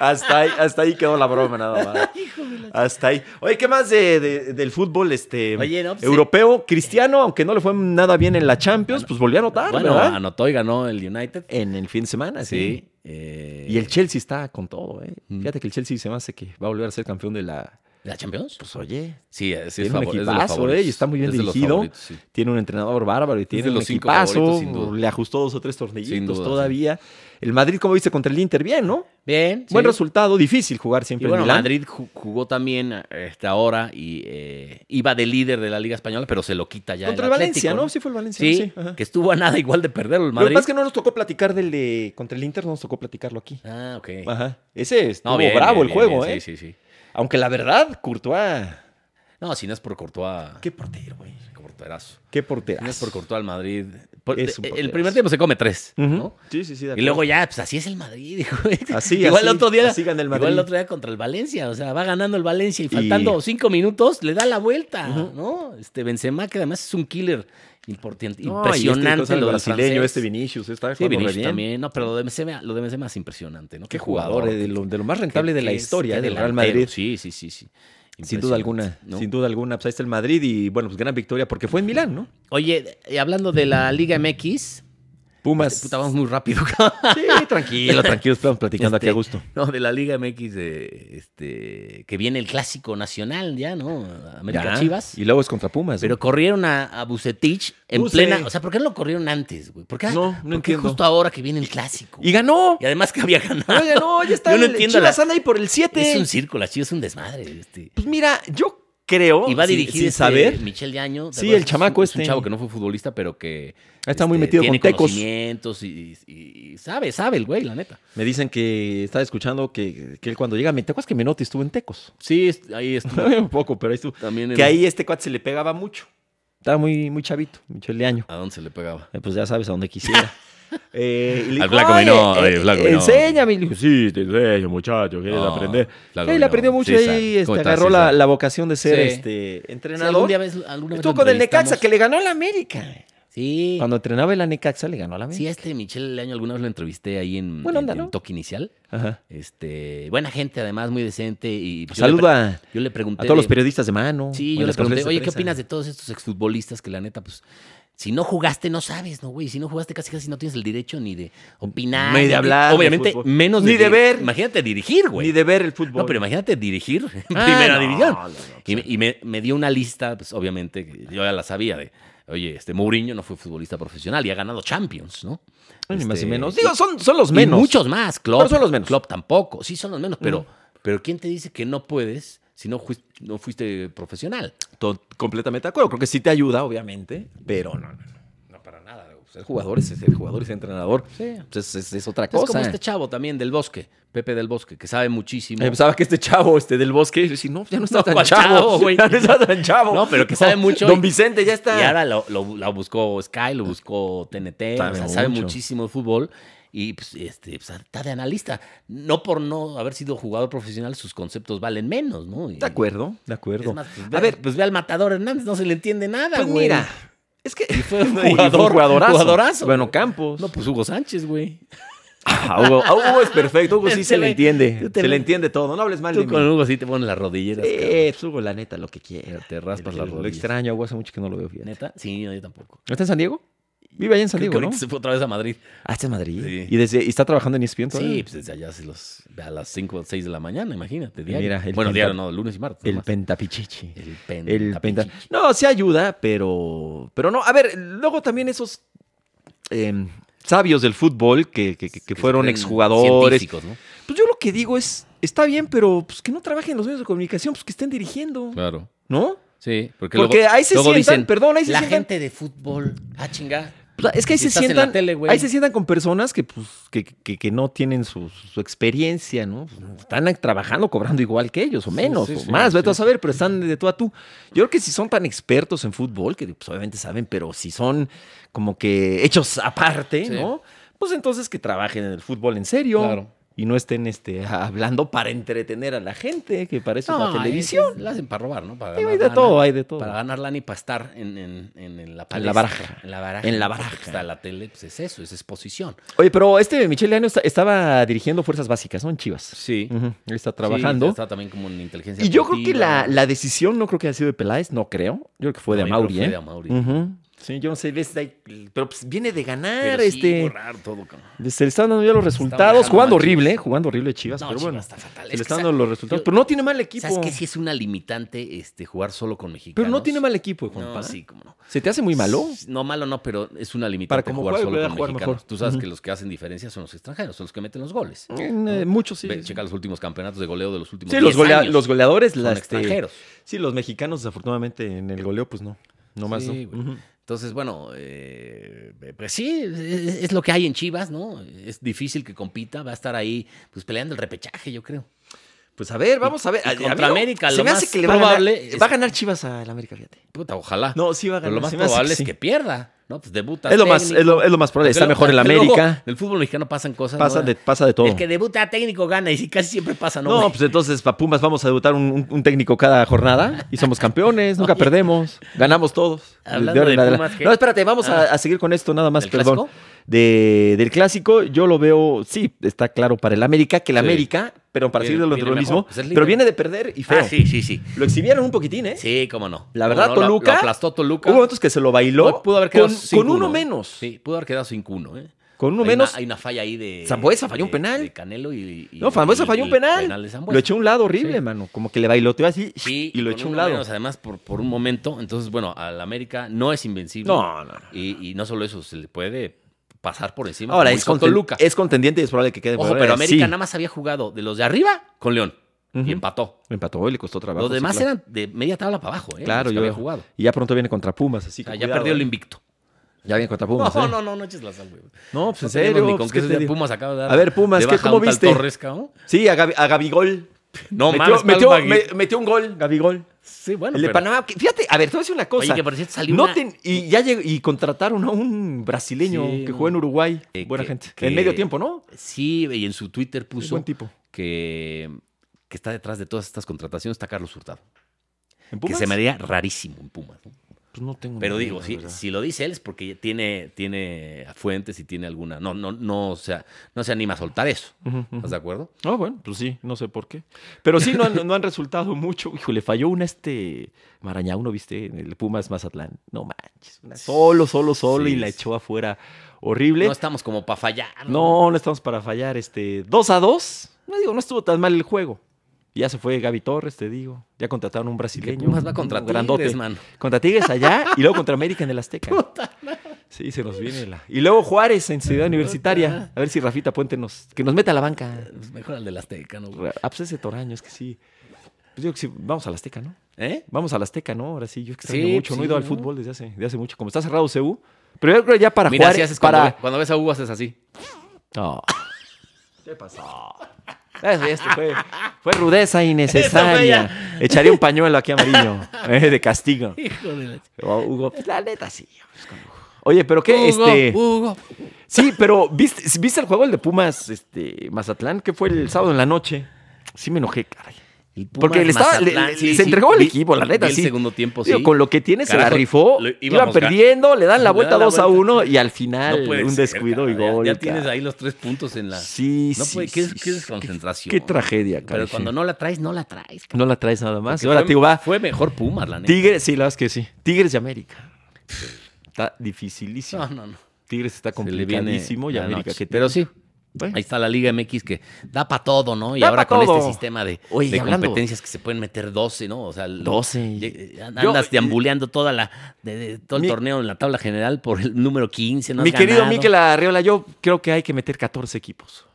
Hasta ahí, hasta ahí quedó la broma nada más.
[LAUGHS]
Hasta ahí. Oye, ¿qué más de, de- del fútbol este,
Oye, no, pues,
europeo? Cristiano, aunque no le fue nada bien en la Champions, pues volvió a anotar,
Bueno,
¿verdad?
anotó y ganó el United.
En el fin de semana, sí.
Sí. eh,
Y el Chelsea está con todo, ¿eh?
Mm.
Fíjate que el Chelsea se me hace que va a volver a ser campeón de la...
¿La Champions?
Pues oye,
Sí, eh, sí,
Tiene
es,
un
favor- es de los
equipazo,
favoritos.
eh, y está muy bien
Es de los
dirigido.
favoritos, sí.
tiene un entrenador bárbaro y tiene
de
un
los cinco
equipazo,
favoritos, sin duda.
le ajustó dos o tres tornillitos
Sin duda, sí.
todavía. El Madrid, como viste, contra el Inter, bien, ¿no?
Bien.
Buen
sí.
resultado, difícil jugar siempre
Y bueno,
en Milán.
Madrid ju- jugó también hasta ahora y eh, iba de líder de la Liga Española, pero se lo quita ya.
contra el,
el
Valencia,
Atlético,
¿no? Sí fue el Valencia,
Sí,
sí, ajá.
que estuvo a nada igual de perderlo el
Lo que
Madrid.
pasa es que no nos tocó platicar del de contra el Inter, no nos tocó platicarlo aquí.
Ah, ok.
Ajá. Ese estuvo
No, bien,
bravo
bien,
el
bien,
juego,
bien,
¿eh?
Sí, sí, sí.
Aunque la verdad, Courtois,
No, si no es por Courtois.
qué portero, güey.
Porterazo.
Qué
Si no es por
porterazo.
Courtois al Madrid. por-
Es un
eh, el
porterazo.
primer tiempo se come tres,
Ujú.
¿no?
Sí, sí, sí. de
Y luego
acuerdo.
ya, pues así es el Madrid, [LAUGHS] hijo.
Así,
igual
así,
el otro día,
así gana el
igual
Madrid.
otro día contra el Valencia, o sea, va ganando el Valencia y
Y-
faltando cinco minutos le da la vuelta,
Ujú.
¿no? Este Benzema que además es un killer
No, y
importante,
este
impresionante
cosa del
lo del
brasileño,
francés.
este Vinicius, está
Sí,
jugando re
Vinicius
bien.
también, no, pero lo de Benzema, lo de Benzema es impresionante, ¿no?
Qué jugador, eh, de, lo, de lo más
qué-
rentable de la
qué es-
historia
qué
eh, del Real
delantero.
Madrid.
Sí, sí, sí, sí.
Sin duda
Impresionante,
alguna,
¿no?
sin duda alguna. Pues ahí está el Madrid y bueno, pues gran victoria porque fue en Milán, ¿no?
Oye, y hablando de la Liga MX,
Pumas.
puta, vamos muy rápido, [LAUGHS] cabrón.
[LAUGHS] Sí, tranquilo, tranquilo, estamos platicando aquí
Este,
a gusto.
No, de la Liga MX, de, este, que viene el clásico nacional ya, ¿no? América
Ya,
Chivas.
Y luego es contra Pumas.
Pero
Pero
corrieron a, a Bucetich en
Buce.
plena. O sea, ¿por qué no lo corrieron antes, güey? ¿Por qué,
No, no
por qué
entiendo.
justo ahora que viene el clásico?
y ganó. [LAUGHS]
Y además que había ganado.
Oye, no, ya está.
Yo no
el-
entiendo
Chivas
la-
anda ahí por el 7.
Es un círculo, así es un desmadre. Este.
Pues mira, yo creo.
Y va a
sin-
dirigir
sin
este
saber.
Michel Yaño. ¿te
Sí,
acuerdas?
el chamaco
Es un- es
este.
un chavo que no fue futbolista, pero que.
Está muy metido
Este, tiene
con tecos.
conocimientos y, y- y sabe, sabe el güey, la neta.
Me dicen que estaba escuchando que, que él cuando llega a Mete- ¿te acuerdas que Menotti estuvo en Tecos. [LAUGHS]
Sí, es- ahí estuvo.
Un poco, pero ahí estuvo.
[LAUGHS] También en-
Que ahí este cuate se le pegaba mucho. Estaba muy, muy chavito, Michel de año.
¿A dónde se le pegaba?
Eh, pues ya sabes a dónde quisiera. [LAUGHS] Eh, y le dijo,
Al flaco
"Oye,
menor,
eh,
oye, flaco
eh,
menor".
Enséñame. Y le dijo,
Sí, te enseño, muchacho, quieres
No,
aprender.
la
"Sí, él
dominó.
aprendió mucho
César,
ahí, este,
¿cómo estás,
agarró la,
César?
la vocación de ser
Sí.
este,
Sí, algún
entrenador.
día ves- alguna vez
Estuvo
lo
con el Necaxa,
entrevistamos.
que le ganó a la América.
Sí.
Cuando entrenaba el Necaxa, le ganó a la
Sí,
América.
a este Michel Año alguna vez lo entrevisté ahí en,
Buena
en-
onda,
en
¿no?
toque inicial.
Ajá.
Este, buena gente, además, muy decente. Y yo le pre-
Saluda
yo le
a
pregunté.
todos los
de-
periodistas de mano. o
Sí,
en
yo le
las
pregunté,
conferencias
oye,
de
¿qué
prensa.
opinas de este todos estos exfutbolistas que la neta, pues, si no jugaste, no sabes, ¿no, güey? Si no jugaste, casi casi no tienes el derecho ni de opinar.
Ni de hablar de
Obviamente,
fútbol.
menos
Ni de
dir-
ver.
Imagínate dirigir, güey.
Ni de ver el fútbol.
No, pero imagínate dirigir en
Ah,
primera
no,
división.
no, no,
y me, y me- me dio una lista, pues obviamente, que yo ya la sabía de, oye, este Mourinho no fue futbolista profesional y ha ganado Champions, ¿no?
No, ni más ni
Este,
menos.
y-
Digo, son, son los
y
menos.
muchos más, Klopp.
Pero son los menos. Mm.
Klopp tampoco, sí son los menos, pero,
Ujú.
pero ¿quién te dice que no puedes si no fuiste, no fuiste profesional?
To- completamente de acuerdo. Creo que sí te ayuda, obviamente, pero no, no, no. No, para nada. Ser jugador es ser jugador, es entrenador.
Sí.
pues es, es- es otra
Es como
cosa.
este chavo también del bosque, Pepe del Bosque, que sabe muchísimo.
Eh, Pensaba que este chavo este, del bosque, yo decía, no, ya no está
No,
tan
¿cuál
chavo,
chavo, güey?
ya no está tan chavo.
No, pero que sabe mucho
Don
y-
Vicente ya está.
Y ahora lo, lo- la buscó Sky, lo buscó TNT,
Sabe
o sea, sabe
mucho.
muchísimo de fútbol y pues, este, pues, está de analista. No por no haber sido jugador profesional, sus conceptos valen menos, ¿no? Y-
De acuerdo, de acuerdo.
es más, pues,
A
ve-
ver,
pues ve al matador Hernández, no se le entiende nada,
pues
güey.
mira, es que
fue un
No, [LAUGHS] y
jugador-
jugadorazo.
jugadorazo,
Bueno,
güey.
Campos.
No, pues Hugo Sánchez, güey.
Ah, Hugo, a Hugo es perfecto, Hugo sí se
Este
le
güey,
entiende,
tú te
se le
le-
entiende todo, no hables mal de
Tú con
mí.
Hugo sí te pones las rodilleras,
Eh, pues, Hugo, la neta, lo que quiera.
cabrón. Te raspas
Lo-
las
Lo
rodillas.
extraño, a Hugo hace mucho que no lo veo, fíjate.
¿Neta? Sí, no, yo tampoco.
¿No está en San Diego? Vive allá en San
Creo que
Diego, ¿no?
ahorita se fue otra vez a Madrid.
Ah, está en Madrid.
Sí.
¿Y, desde, y está trabajando en E ESPN todavía?
Sí, pues desde allá se los, a las 5 o 6 de la mañana, imagínate. Diario.
Mira, el
bueno,
penta-
diario no, lunes y martes.
El
nomás.
pentapichichi.
el pen.
El
tapichi.
penta- No, sí ayuda, pero. Pero no. A ver, luego también esos eh, sabios del fútbol que, que- que- que fueron
Eran
exjugadores.
Este, científicos, ¿no?
Pues yo lo que digo es, está bien, pero pues que no trabajen en los medios de comunicación, pues que estén dirigiendo,
Claro.
¿no?
Sí, porque,
Porque
luego-
ahí se
luego
sientan,
dicen,
perdón, ahí se
la
sientan.
gente de fútbol. Ah, chinga.
O sea, Pues, es que ahí
Si
se
estás en la
sientan,
tele, güey.
ahí se sientan con personas que, pues, que, que- que no tienen su, su experiencia, ¿no? Pues, Están trabajando, cobrando igual que ellos, o
Sí,
menos,
sí,
o
sí,
más, vete
sí.
a saber, pero están de tú a tú. Yo creo que si son tan expertos en fútbol, que pues, obviamente saben, pero si son como que hechos aparte,
Sí.
¿no? Pues entonces que trabajen en el fútbol en serio.
Claro.
Y no estén este, [LAUGHS] hablando para entretener a la gente, que para eso es la
No,
televisión.
es- la hacen para robar, ¿no? Para
Ahí
ganar
hay de
lana.
todo, hay de todo.
Para ganar lana y para estar en, en- en- en la
En la
palestra,
baraja.
En la baraja.
En la baraja.
Porque Está la tele, pues es eso, es exposición.
Oye, pero este Michel Leano estaba dirigiendo fuerzas básicas, ¿no? En Chivas.
Sí.
Ujú, él está trabajando.
está también como en inteligencia
y yo creo que la,
deportiva.
la decisión no creo que haya sido de Peláez, no creo. Yo creo que fue de
No, yo creo
Amauri,
fue
¿eh?
de Amauri.
Ujú. Sí, yo no sé, ves, ahí- pero pues viene de ganar,
Pero sí, muy
este.
raro todo, cabrón.
Se le están dando ya los resultados,
dejando
jugando
mal Chivas.
horrible, ¿eh? jugando horrible Chivas,
No,
pero
Chivas
bueno.
está
Se
fatal. Es
le
que
están
sa-
dando los resultados,
yo-
pero no tiene mal equipo.
¿Sabes que sí es una limitante este, jugar solo con mexicanos?
Pero no tiene mal equipo, compa.
No, sí, cómo no.
Se te hace muy malo.
No, malo no, pero es una
Para
limitante
como
jugar
juegue,
solo
voy a
con
jugar
mexicanos.
mejor.
Tú sabes
Ujú.
que los que hacen diferencia son los extranjeros, son los que meten los goles.
Eh, mucho sí.
Ve,
sí.
checa los últimos campeonatos de goleo de los últimos
Sí, los,
10
golea-
años.
los goleadores,
Son
las, este,
extranjeros.
sí, los mexicanos, desafortunadamente, en el goleo, pues no. No más.
Sí,
no.
güey.
Ujú.
Entonces, bueno, eh, pues sí, es, es lo que hay en Chivas, ¿no? Es difícil que compita, va a estar ahí pues peleando el repechaje, yo creo.
Pues a ver, vamos a ver.
y
A- a mí
contra
no-
América,
se
lo
me hace
más
que le va a ganar-
probable es-
va a ganar Chivas al América, fíjate.
Puta, ojalá.
No, sí va a
Pero
ganar.
lo más
se me hace
probable
sí.
es que pierda, ¿no? Pues debuta.
Es lo, más, es, lo, es lo más probable. Está mejor en la América.
el fútbol mexicano pasan cosas.
Pasa
¿no?
de, pasa de todo.
El que debuta técnico gana y sí, casi siempre pasa, ¿no?
no,
güey?
pues entonces, pa' Pumas vamos a debutar un, un- un técnico cada jornada y somos campeones, nunca perdemos, ganamos todos.
Hablando
ahora en
de
adela-
Pumas, ¿qué?
no, espérate, vamos a- a,
Ah.
seguir con esto nada más,
¿Del
perdón.
clásico?
De- del clásico, yo lo veo, sí, está claro para el América, que el
Sí.
América, pero para
Viene-
seguir de lo
viene
lo mismo,
mejor, pues es líder.
pero viene de perder y feo.
Ah, sí, sí, sí.
Lo exhibieron un poquitín, ¿eh?
Sí, cómo no.
La
Cómo
verdad,
no, lo-
Toluca-
Lo aplastó Toluca.
Hubo momentos que se lo bailó
Pudo haber quedado
con,
sin
con uno
uno, ¿eh?
menos.
Sí, pudo haber quedado sin cuno, ¿eh?
Con uno
Hay
menos.
una- hay una falla ahí de.
Zambuesa falló un
de-
penal.
De Canelo y. y-
No, Fambuesa
y-
falló un
y
penal.
de Zambuesa.
lo echó a un lado horrible,
Sí.
mano. Como que le bailoteó así
Sí,
y lo
con
echó a un
uno
lado.
menos, además, por, por un momento. Entonces, bueno, al América no es invencible.
no, no, no.
Y, y no solo eso, se le puede pasar por encima.
Ahora
como
es,
hizo
conten-
Toluca.
es contendiente y es probable que quede
Ojo,
fuera,
pero
sí.
América nada más había jugado de los de arriba con León
Ujú.
y empató.
Empató y le costó trabajo.
Los
sí,
demás
claro.
eran de media tabla para abajo, ¿eh?
Claro,
los que
yo-
había jugado.
Y ya pronto viene contra Pumas, así
O
que.
sea, ya
cuidado,
perdió el
eh.
invicto.
Ya viene
[LAUGHS]
contra Pumas.
no,
eh.
no, no, no eches la sal, güey.
No, pues en
No tenemos
serio.
ni con
pues,
qué
¿qué
se-
te digo?
Pumas acaba de dar.
A ver, Pumas,
de
¿qué-
baja
cómo
un tal
viste?
Torres, cabrón.
Sí, a, Gabi- a Gabigol.
No
metió,
mames,
metió-
Palma, Gui-
me- metió un gol, Gabigol.
Sí, bueno.
el de
pero-
Panamá. que- Fíjate, a ver, te voy a decir una cosa.
Oye, que por cierto salió
No
una-
ten- y ya llegó- y contrataron a un brasileño
Sí,
que
no.
jugó en Uruguay.
Eh,
Buena
que-
gente.
que-
En medio tiempo, ¿no?
Sí, y en su Twitter
Es
puso
buen tipo.
que, que está detrás de todas estas contrataciones está Carlos Hurtado.
¿En
Que
Pumas?
se me haría rarísimo en Pumas. ¿no?
Pues no tengo
Pero
ni
digo,
idea,
si,
la verdad.
si lo dice él es porque tiene, tiene fuentes y tiene alguna. No, no, no, o sea, no se anima a soltar eso.
Ujú, ujú.
¿Estás de acuerdo?
Ah, bueno, pues sí, no sé por qué. Pero sí, no han, no han resultado mucho. Hijo, le falló una este Maraña, uno viste, en el Pumas Mazatlán. No manches, una solo, solo, solo
Sí,
y la
sí.
echó afuera. Horrible.
No
No,
estamos como para fallar.
no, estamos para fallar. Este, 2 a 2. No digo, no estuvo tan mal el juego. Ya se fue Gaby Torres, te digo. Ya contrataron un
Que
brasileño.
Pumas va
un
contra
grandote.
Tigres, mano.
Contra Tigres allá y luego contra América en el
[LAUGHS]
Azteca. Sí, se nos viene la. Y luego Juárez en Ciudad Universitaria. A ver si Rafita Puente nos. Que nos meta a la banca.
Pues mejor al del Azteca, ¿no? güey?
Ah, pues ese Toraño, es que sí. Pues yo que sí, vamos a la Azteca, ¿no?
¿Eh?
Vamos a la Azteca, ¿no? Ahora sí, yo extraño
Sí,
mucho. no he
sí,
ido al
¿no?
fútbol desde hace, desde hace mucho. Como está cerrado CU. Pero yo creo que ya para
Mira,
jugar.
si haces cuando,
para.
ve- cuando ves a Hugo, haces así.
No. ¿Qué pasó? Eso, esto fue, fue rudeza innecesaria. Echaría un pañuelo aquí
[LAUGHS]
amarillo. eh, de castigo.
Hijo de la.
Oh, Hugo, pues, la neta sí. pues, con Hugo. Oye, pero qué,
Hugo,
este.
Hugo.
Sí, pero ¿viste, ¿viste el juego el de Pumas, este, Mazatlán? Que fue el sábado en la noche. Sí me enojé, caray.
El Pumas
Porque le estaba- le-
Mazatlán,
le-
sí,
se
sí,
entregó al
vi-
equipo, la
vi
neta,
el
sí.
segundo tiempo,
Digo,
sí.
con lo que tiene se
Carajo,
la rifó,
lo-
iban
íbamos gan-
perdiendo, le dan la
Le
vuelta
dan la
2 a
vuelta.
1 y al final
No puede
un
ser,
descuido y
cabrón, ya-
gol.
Ya,
cara.
tienes ahí los tres puntos en la.
Sí,
no
sí,
puede, qué,
sí,
qué
sí.
desconcentración.
Qué tragedia, cara.
Pero
sí.
cuando no la traes, no la traes. cabrón.
No la traes nada más.
Porque
Y ahora
fue-
te digo, va,
Fue mejor Pumas, la neta.
Tigres, sí, la verdad es que sí. Tigres de América. Está dificilísimo.
No, no, no.
Tigres está
Se le viene
complicadísimo y
la
América
noche.
que tiene.
Pero sí,
Bueno.
Ahí está la Liga MX que Eh. da para todo, ¿no? Y
Da
ahora
pa'
con este
todo.
sistema de,
Oye,
de
y hablando-
competencias que se pueden meter 12, ¿no? O sea, lo-
12.
ye- eh,
Yo-
andas deambuleando toda la, de- de- todo el
Mi-
torneo en la tabla general por el número 15, ¿no? has
Mi querido
ganado.
Miquel Arriola, yo creo que hay que meter 14 equipos.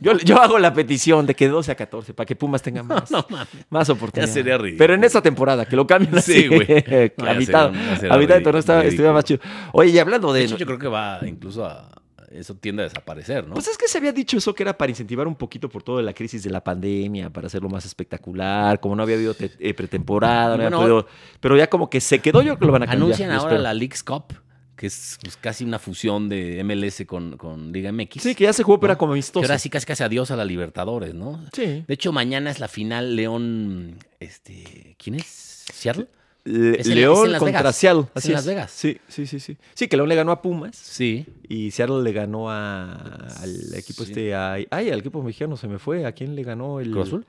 Yo, yo hago la petición de que 12 a 14 para que Pumas tenga más,
[LAUGHS] [LAUGHS] No mames.
más oportunidades.
sería ridículo.
Pero en esta temporada, que lo cambien así. [LAUGHS]
Sí, güey. No, ya
a mitad,
sería- ya sería
a mitad de torneo
ridículo.
estaba- estuviera más chido. Oye, y hablando de,
De hecho, yo creo que va incluso a. Eso tiende a desaparecer, ¿no?
Pues es que se había dicho eso que era para incentivar un poquito por toda la crisis de la pandemia, para hacerlo más espectacular, como no había habido te- eh, pretemporada, no había
Bueno,
podido- pero ya como que se quedó, yo creo que lo van a cambiar.
Anuncian
yo
ahora
espero.
la Leagues Cup, que es pues, casi una fusión de MLS con, con Liga MX.
Sí, que ya se jugó, pero
¿no?
era como
Que
amistoso.
ahora sí casi casi adiós a la Libertadores, ¿no?
Sí.
De hecho, mañana es la final León. Este. ¿Quién es? ¿Seattle?
Le-
Es en- es en
León
Las
contra
Vegas.
Seattle.
Es
Así
en
es.
Las Vegas.
Sí, sí, sí, sí. Sí, que León le ganó a Pumas
Sí.
y Seattle le ganó a- al equipo
Sí.
este. a- ay, al equipo mexicano se me fue. ¿A quién le ganó el.
¿Cruz Azul?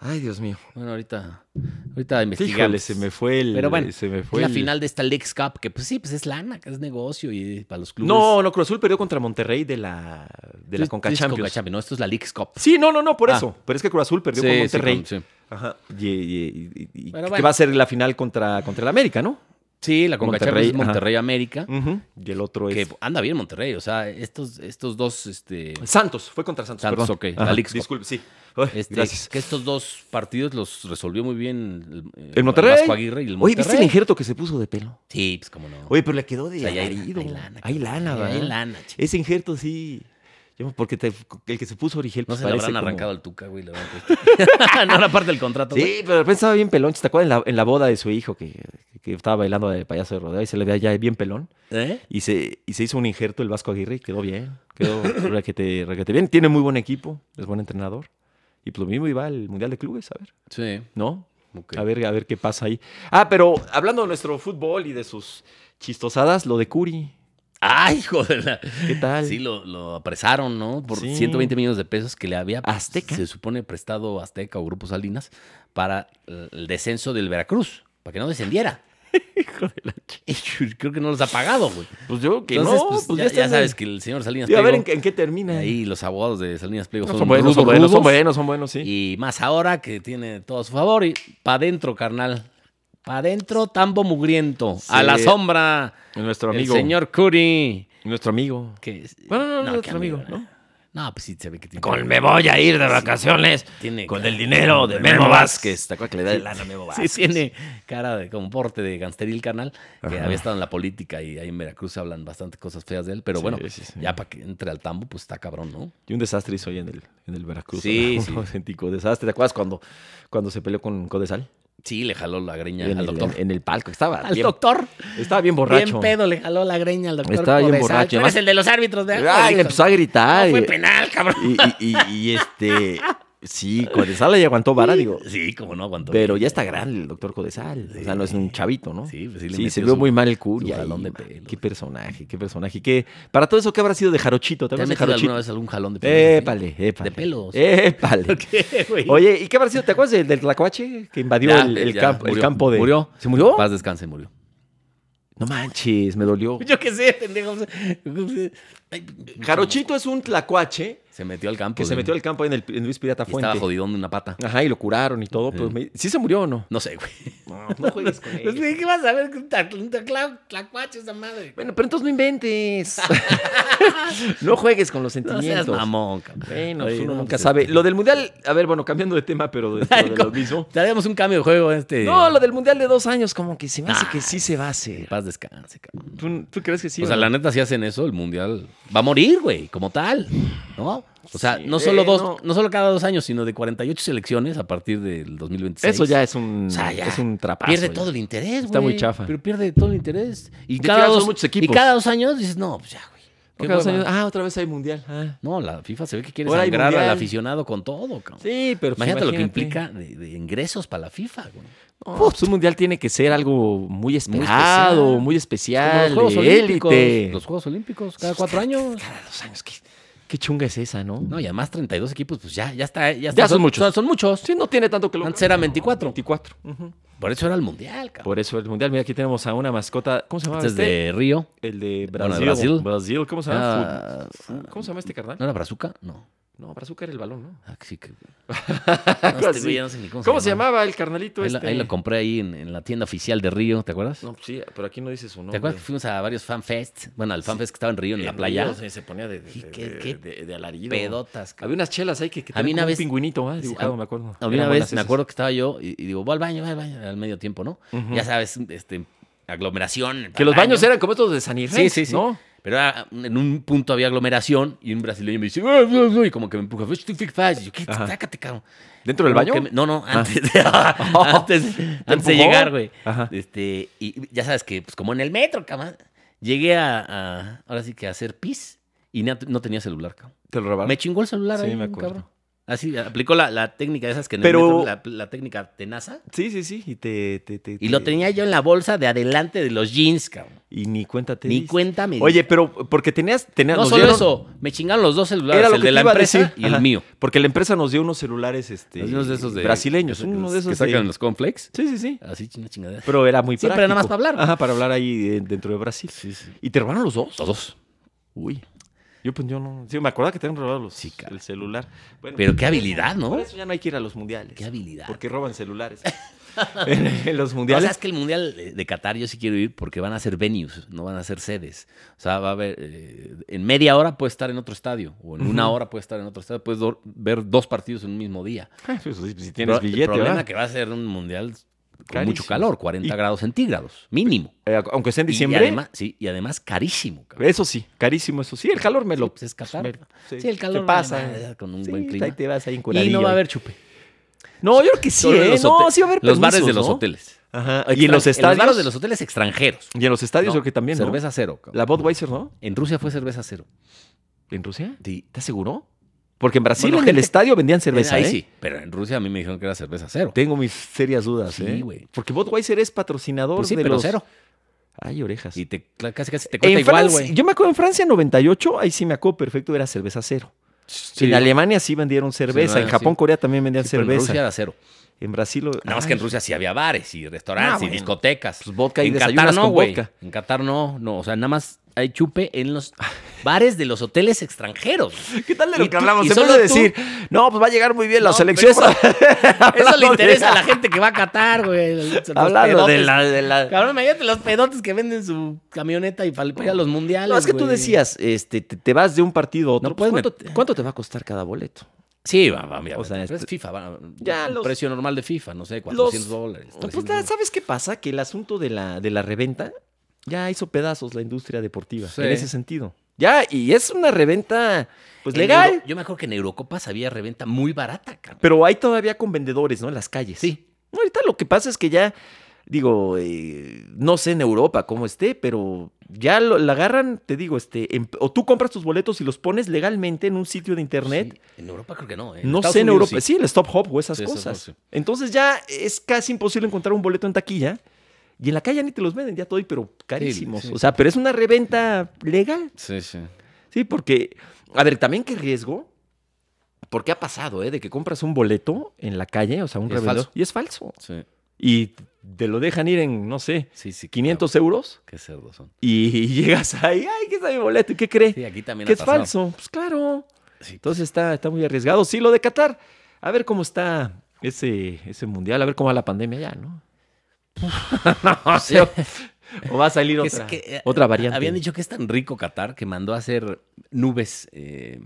Ay, Dios mío.
Bueno, ahorita. Ahorita investigamos.
Híjole, se me fue el.
Pero bueno,
se me
Es
fue
la
el-
final de esta Leagues Cup, que pues sí, pues es lana, que es negocio y para los clubes.
No, no, Cruz Azul perdió contra Monterrey de la, de la
Es-
Conca
es
Champions.
Concachampions, No, esto es la Leagues Cup.
Sí, no, no, no, por
Ah.
eso. Pero es que Cruz Azul perdió
Sí,
con
sí,
Monterrey.
con- sí.
Ajá. Y, y- y- y- y
Bueno,
que
bueno.
va a ser la final contra, contra el América, ¿no?
Sí, la Conca Champions
Monterrey,
es
ajá.
Monterrey América.
Ujú. Y el otro es.
Que anda bien Monterrey, o sea, estos, estos dos, este,
Santos, fue contra Santos.
Santos,
perdón.
ok, la
Ajá,
Leagues Cup.
Disculpe, sí. Ay,
este,
gracias.
que estos dos partidos los resolvió muy bien eh,
El Monterrey.
Vasco Aguirre y el
Oye,
Monterrey.
¿viste el injerto que se puso de pelo?
Sí, pues cómo no.
Oye, pero le quedó de
O sea, ya hay-
alarido.
hay lana,
Hay lana,
cabrón, ya hay
¿verdad?
lana, chico.
Ese injerto sí. Yo, Porque te- el que se puso Origel pues
No se
le
le habrán arrancado al Tuca, güey. le habrán puesto. [LAUGHS] no era parte del contrato, güey.
Sí, pero de repente estaba bien pelón. ¿Te acuerdas en la, en la boda de su hijo que, que estaba bailando de payaso de rodeo y se le veía ya bien pelón?
¿Eh?
Y se, y se hizo un injerto el Vasco Aguirre y quedó bien.
[COUGHS]
Quedó requete, requete bien. Tiene muy buen equipo, es buen entrenador. Y pues lo mismo iba al Mundial de Clubes, a ver,
Sí.
¿no?
ok.
A ver, a ver qué pasa ahí. Ah, pero hablando de nuestro fútbol y de sus chistosadas, lo de Curi.
Ay, hijo de la.
¿Qué tal?
Sí, lo, lo apresaron, ¿no? Por
Sí.
120 millones de pesos que le había,
Azteca.
se supone, prestado Azteca o Grupo Salinas para eh, el descenso del Veracruz, para que no descendiera.
[LAUGHS] Hijo de la ch-
Y Creo que no los ha pagado, güey.
Pues yo que
Entonces,
no,
pues,
pues,
ya,
está
ya
en-
sabes que el señor Salinas
Digo, a ver en, qué-
Pliego,
en qué termina.
ahí los abogados de Salinas Pliego
No,
son,
son buenos, son
rudos,
buenos, son
rudos.
buenos, son buenos, sí.
Y más ahora que tiene todo a su favor y para adentro, carnal. Para adentro, tambo mugriento. A
Sí.
la sombra,
Nuestro
el
amigo.
señor Curi.
Nuestro amigo.
Que es-
Bueno, no, no,
qué
nuestro amigo, ¿no?
No, pues sí, se ve que tiene.
Con me voy a ir de vacaciones
tiene
con
cara-
el dinero de Memo Vázquez.
¿Te acuerdas que le da el lana a Memo
Sí, tiene cara de comporte de gansteril canal, que había estado en la política y ahí en Veracruz hablan bastante cosas feas de él, pero
Sí,
bueno,
sí, sí.
ya para que entre al tambo, pues está cabrón, ¿no?
Y un desastre hizo hoy en el, en el Veracruz.
Sí,
[LAUGHS] Un
sí.
auténtico desastre. ¿Te acuerdas cuando, cuando se peleó con Codesal?
Sí, le jaló la greña
En
al
el,
doctor.
en el palco. Estaba
al
bien,
doctor.
estaba bien borracho.
Bien pedo le jaló la greña al doctor.
Estaba bien
Codesal.
borracho,
Tú eres
además-
el de los árbitros de
Ay, le empezó a gritar.
No fue
y-
penal, cabrón.
y, y- y- y, este... Sí, Codesal ahí aguantó vara, digo.
Sí, como no aguantó.
Pero ya está grande el doctor Codesal. O sea, no es un chavito, ¿no?
Sí, pues sí le
se
metió
vio
su-
muy mal el Curi.
su
ahí,
jalón de
man.
pelos.
Qué personaje, qué personaje. Qué... Para todo eso, ¿qué habrá sido de Jarochito? ¿Te
¿Te has
acuerdas de
metido alguna
Jarochito?
vez algún jalón de pelos?
Épale, épale.
De pelos. [LAUGHS]
Épale.
¿Qué, güey?
Oye, ¿y qué habrá sido? ¿Te acuerdas del, del Tlacuache que invadió
Ya,
el, el
ya,
campo, el
murió.
campo de.
¿Murió?
¿Se murió?
Paz descanse, murió.
No manches, me dolió.
Yo qué sé, pendejo. Ay,
Jarochito es un Tlacuache
Se metió al campo.
que se
de-
metió al campo en el en Luis Pirata
y
Fuente.
Estaba jodidón de una pata.
Ajá, y lo curaron y todo. Pero
Sí.
me- ¿Sí se murió o no?
No sé, güey.
No, no juegues [LAUGHS] con
Pues, güey, ¿Qué vas a ver? Un tla- un tla- tlacuache esa madre.
Bueno, pero entonces no
[LAUGHS]
inventes. no juegues con los
No
sentimientos.
seas mamón, cabrón.
Bueno,
Oye,
uno
no,
nunca
pues,
sabe.
este-
Lo del mundial, a ver, bueno, cambiando de tema, pero dentro
[LAUGHS]
de
Ay, ¿cómo?
lo mismo.
Traemos un cambio de juego este.
No, lo del mundial de dos años, como que se me hace
Ah,
que sí se va a hacer.
Paz descanse, cabrón.
¿Tú, tú crees que sí?
o
o
sea,
no?
la neta, si hacen eso, el mundial va a morir, güey, como tal, ¿no? O sea, no solo
Sí, eh,
dos,
no.
no. solo cada dos años, sino de 48 selecciones a partir del 2026.
Eso ya es un,
O sea, ya.
es un trapazo.
Pierde
ya.
todo el interés, güey.
Está muy chafa.
Pero pierde todo el interés. Y
Es que
cada
ahora son
dos,
muchos
y
equipos.
cada dos años dices, no, pues ya, güey. qué
Cada dos
hueva.
años- Ah, otra vez hay mundial. ah.
No, la FIFA se ve que quiere
Ahora hay
sangrar al
mundial.
aficionado con todo, cabrón.
Sí, pero pues,
imagínate, lo que implica de, de ingresos para la FIFA, güey.
No, pues, un mundial tiene que ser algo muy esperado,
especial.
muy
Como
especial,
los Juegos
de
Olímpicos.
élite. [LAUGHS]
Los Juegos Olímpicos, cada cuatro años.
Cada dos años. ¿qué? Qué chunga es esa, ¿no?
No, y además 32 equipos, pues ya, ya está. Ya, está.
Ya son muchos.
Son, muchos.
Sí, no tiene tanto que lo...
Antes eran 24.
24. ujú.
Por eso era el mundial, cabrón.
Por eso el mundial. Mira, aquí tenemos a una mascota. ¿Cómo se llama?
Este es de Río.
El de
Bueno,
Brasil.
de Brasil.
¿Cómo se llama?
Ah,
Fu- ¿Cómo se llama este carnal?
¿No era Brazuca? No.
No, Brazuca era el balón, ¿no?
Ah,
[LAUGHS]
sí, que-
Algo
No, este
así.
güey ya no sé ni cómo,
¿Cómo se llamaba el carnalito
Ahí, la-
este?
ahí lo compré ahí en, en la tienda oficial de Río, ¿te acuerdas?
No, pues sí, pero aquí no dice su nombre. Eh,
¿Te acuerdas que fuimos a varios fanfests? Bueno, al fanfest que estaba en Río, en la playa.
Sí, se ponía de, de,
Sí,
de-
qué-
de-
qué
de- de alarido.
Pedotas. cabrón.
Había unas chelas ahí que, que
A mí
tenían
una
como
vez-
un pingüinito ah,
sí,
dibujado,
a-
me acuerdo.
A mí una
Eran
vez
buenas
me
esas.
acuerdo que estaba yo y, y digo, voy al baño, voy al baño, al medio tiempo, ¿no?
Ujú.
Ya sabes, este, aglomeración.
Que los
baño.
baños eran como estos de San Irene,
Sí, sí, sí.
¿no?
Pero era- en un punto había aglomeración y un brasileño me dice, "Ah, ah, ah", y como que me empuja, "Fetch tu fig fast". Y yo, ¿qué?
Ajá.
Sácate, cabrón.
¿Dentro del
Como
baño? Ah.
que me- no, no, antes
[LAUGHS]
de, [LAUGHS] antes, antes de
empujó? Ah.
llegar, güey.
Ajá.
Este, y ya sabes que, pues como en el metro, cabrón, llegué a, a- ahora sí que a hacer pis y na- no tenía celular, cabrón.
Te lo robaron.
Me chingó el celular
Sí,
ahí,
me acuerdo.
cabrón. Así, aplicó la, la técnica de esas que en
Pero-
el metro, la, la técnica tenaza.
Sí, sí, sí. Y te, te, te-
Y lo
te-
tenía yo en la bolsa de adelante de los jeans, cabrón.
Y ni cuenta te
Ni
diste.
cuenta me di.
Oye, pero porque tenías, tenías
no
nos
solo
dieron-
eso, me chingaron los dos celulares,
Era lo
el
que
de
te
la
iba a
empresa
decir.
y el
Ajá.
mío.
Porque la empresa nos dio unos celulares este,
Los unos de esos de-
brasileños,
que-
uno de esos
que sacan
de-
los conflex.
Sí, sí, sí.
Así una chingadera.
Pero era muy
Siempre era nada más
práctico.
para hablar.
Ajá, para hablar ahí eh, dentro de Brasil. ¿Y te robaron los dos?
Todos.
Uy. Yo pues yo no. Sí, me acordaba que te habían robado los,
Sí, cara.
el celular. Bueno,
Pero
pues,
qué habilidad, ¿no?
Por eso ya no hay que ir a los mundiales.
Qué habilidad.
Porque roban celulares. [LAUGHS] en, en los
O sea,
mundiales.
es que el Mundial de- de Qatar yo sí quiero ir porque van a ser venues, no van a ser sedes. O sea, va a haber. eh, en media hora puedes estar en otro estadio, o en una hora puedes estar en otro estadio, puedes do- ver dos partidos en un mismo día.
Pues, si- si tienes
Pro-
billete,
El problema
¿verdad?
que va a ser un Mundial con mucho
Carísimo.
calor, 40
Y-
grados centígrados, mínimo.
Eh, aunque sea en
Y
diciembre.
además, sí, y además carísimo. cabrón.
eso sí, carísimo, eso sí. El calor me lo.
Pues es Qatar.
me- se-
sí, el calor
se
no
pasa.
le da con un
Sí,
buen clima.
ahí te vas ahí
y no
encueradillo.
va a haber chupe.
No, yo creo que sí,
Solo en
¿eh?
los
No,
hotel-
sí va a haber
Los bares de
permisos,
los
¿no?
hoteles.
Ajá. Y en los
Extran-
estadios.
En los bares de los hoteles extranjeros.
Y en los estadios,
No,
creo que también. ¿no?
Cerveza cero. cabrón.
La Budweiser, ¿no?
En Rusia fue cerveza cero.
¿En Rusia?
Sí.
¿Estás seguro? Porque en Brasil,
Bueno,
en el
gente-
estadio, vendían cerveza.
Ahí
¿eh?
sí. Pero en Rusia a mí me dijeron que era cerveza cero.
Tengo mis serias dudas,
Sí,
¿eh?
güey.
Porque Budweiser es patrocinador
Pues sí,
de
pero
los...
cero.
Ay, orejas.
Y te, cla- casi casi te cuesta
en
igual,
Francia-
güey.
yo me acuerdo en Francia en 98, ahí sí me acuerdo perfecto, era cerveza cero.
Sí.
en Alemania sí vendieron cerveza, en
sí.
Japón, Corea también vendían
Sí, pero En
cerveza.
Rusia era cero.
En Brasil...
Nada más
ay,
que en Rusia sí había bares y restaurantes
Ah, bueno.
y discotecas.
Pues vodka y
en Qatar
desayunas
no,
con
güey.
vodka.
En Qatar no, no. O sea, nada más hay chupe
[LAUGHS]
en los bares de los hoteles extranjeros.
¿Qué tal de lo
Y
que
tú-
hablamos? En
y
vez de
solo tú-
decir, no, pues va a llegar muy bien la
No,
selección.
pero-
[LAUGHS]
Eso le
Hablando de-
interesa
[LAUGHS]
a la gente que va a Qatar, güey. Los
Hablando de
pedotes.
la... De la...
Cabrón, imagínate los pedotes que venden su camioneta y para para ir a los mundiales.
No, es que tú
güey.
decías, este, te, te vas de un partido a otro.
No
pues,
puedes
¿cuánto,
met-
cuánto te va a costar cada boleto?
Sí, va, va, mira,
O sea,
pero es
este-
FIFA, va,
Ya
el
los-
precio normal de FIFA, no sé, 400 dólares.
No, Pues
300
la-
dólares.
¿sabes qué pasa? Que el asunto de la, de la reventa ya hizo pedazos la industria deportiva
Sí.
en ese sentido. Ya, y es una reventa, pues
En
legal.
Euro- yo me acuerdo que en Eurocopas había reventa muy barata, cabrón.
Pero hay todavía con vendedores, ¿no? En las calles.
Sí.
No, ahorita lo que pasa es que ya, digo, eh, no sé en Europa cómo esté, pero ya lo- la agarran, te digo, este, en- o tú compras tus boletos y los pones legalmente en un sitio de internet.
Sí, en Europa creo que no. ¿eh?
No
Estados
sé en
Unidos
Europa. Sí, el stop hop o esas
Sí, esas
cosas.
dos, sí.
Entonces ya es casi imposible encontrar un boleto en taquilla. Y en la calle ni te los venden, ya todo, pero carísimos.
sí.
O sea, pero es una reventa legal.
Sí, sí.
Sí, porque, a ver, también qué riesgo. Porque ha pasado, ¿eh? De que compras un boleto en la calle, o sea, un
Y es
revendedor.
falso.
Y es falso.
Sí,
Y te lo dejan ir en, no sé,
sí, sí,
500
cabrón.
euros.
Qué cerdos son.
Y, [LAUGHS] llegas ahí, ay, ¿qué es mi boleto? ¿Y qué cree?
Sí, aquí también
que
ha
es
pasado.
falso. Pues claro.
Sí.
Entonces está, está muy arriesgado. Sí, lo de Qatar. A ver cómo está ese, ese mundial, a ver cómo va la pandemia ya, ¿no? [LAUGHS]
[LAUGHS]
no,
Sí.
o, o va a salir
Que es
otra,
que, eh,
otra variante.
Habían dicho que es tan rico Qatar que mandó a hacer nubes
[LAUGHS]
eh,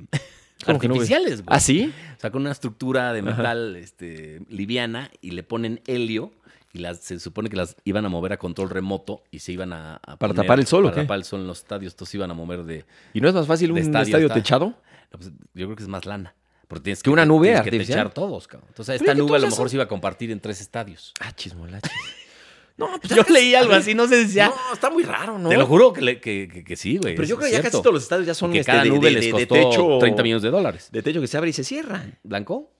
¿Cómo que nubes?
artificiales, güey.
¿Ah, sí?
O sea, con una estructura de metal este, liviana y le ponen helio y las, se supone que las iban a mover a control remoto y se iban a... a
¿Para tapar el sol o
Para
qué?
tapar el sol en los estadios. Estos se iban a mover de...
¿Y no es más fácil
De
un estadio,
estadio está.
techado?
no, pues, yo creo que es más lana. Porque tienes
¿Que una nube
tienes
artificial?
Que techar todos, cabrón. Entonces,
Oye,
esta
que
nube a
todos
lo
eso-
mejor se iba a compartir en tres estadios.
Ah, chismolachis. [LAUGHS] no, pues
Yo
ya-
leí algo así, no sé si ya...
No, está muy raro, ¿no?
Te lo juro que, le- que, que- que sí, güey.
Pero yo creo
es
que ya
cierto.
casi todos los estadios ya son
Que
este,
cada
de-
nube
de-
les
de- de
costó
techo-
30 millones de dólares.
De techo que se abre y se cierra.
¿Blanco?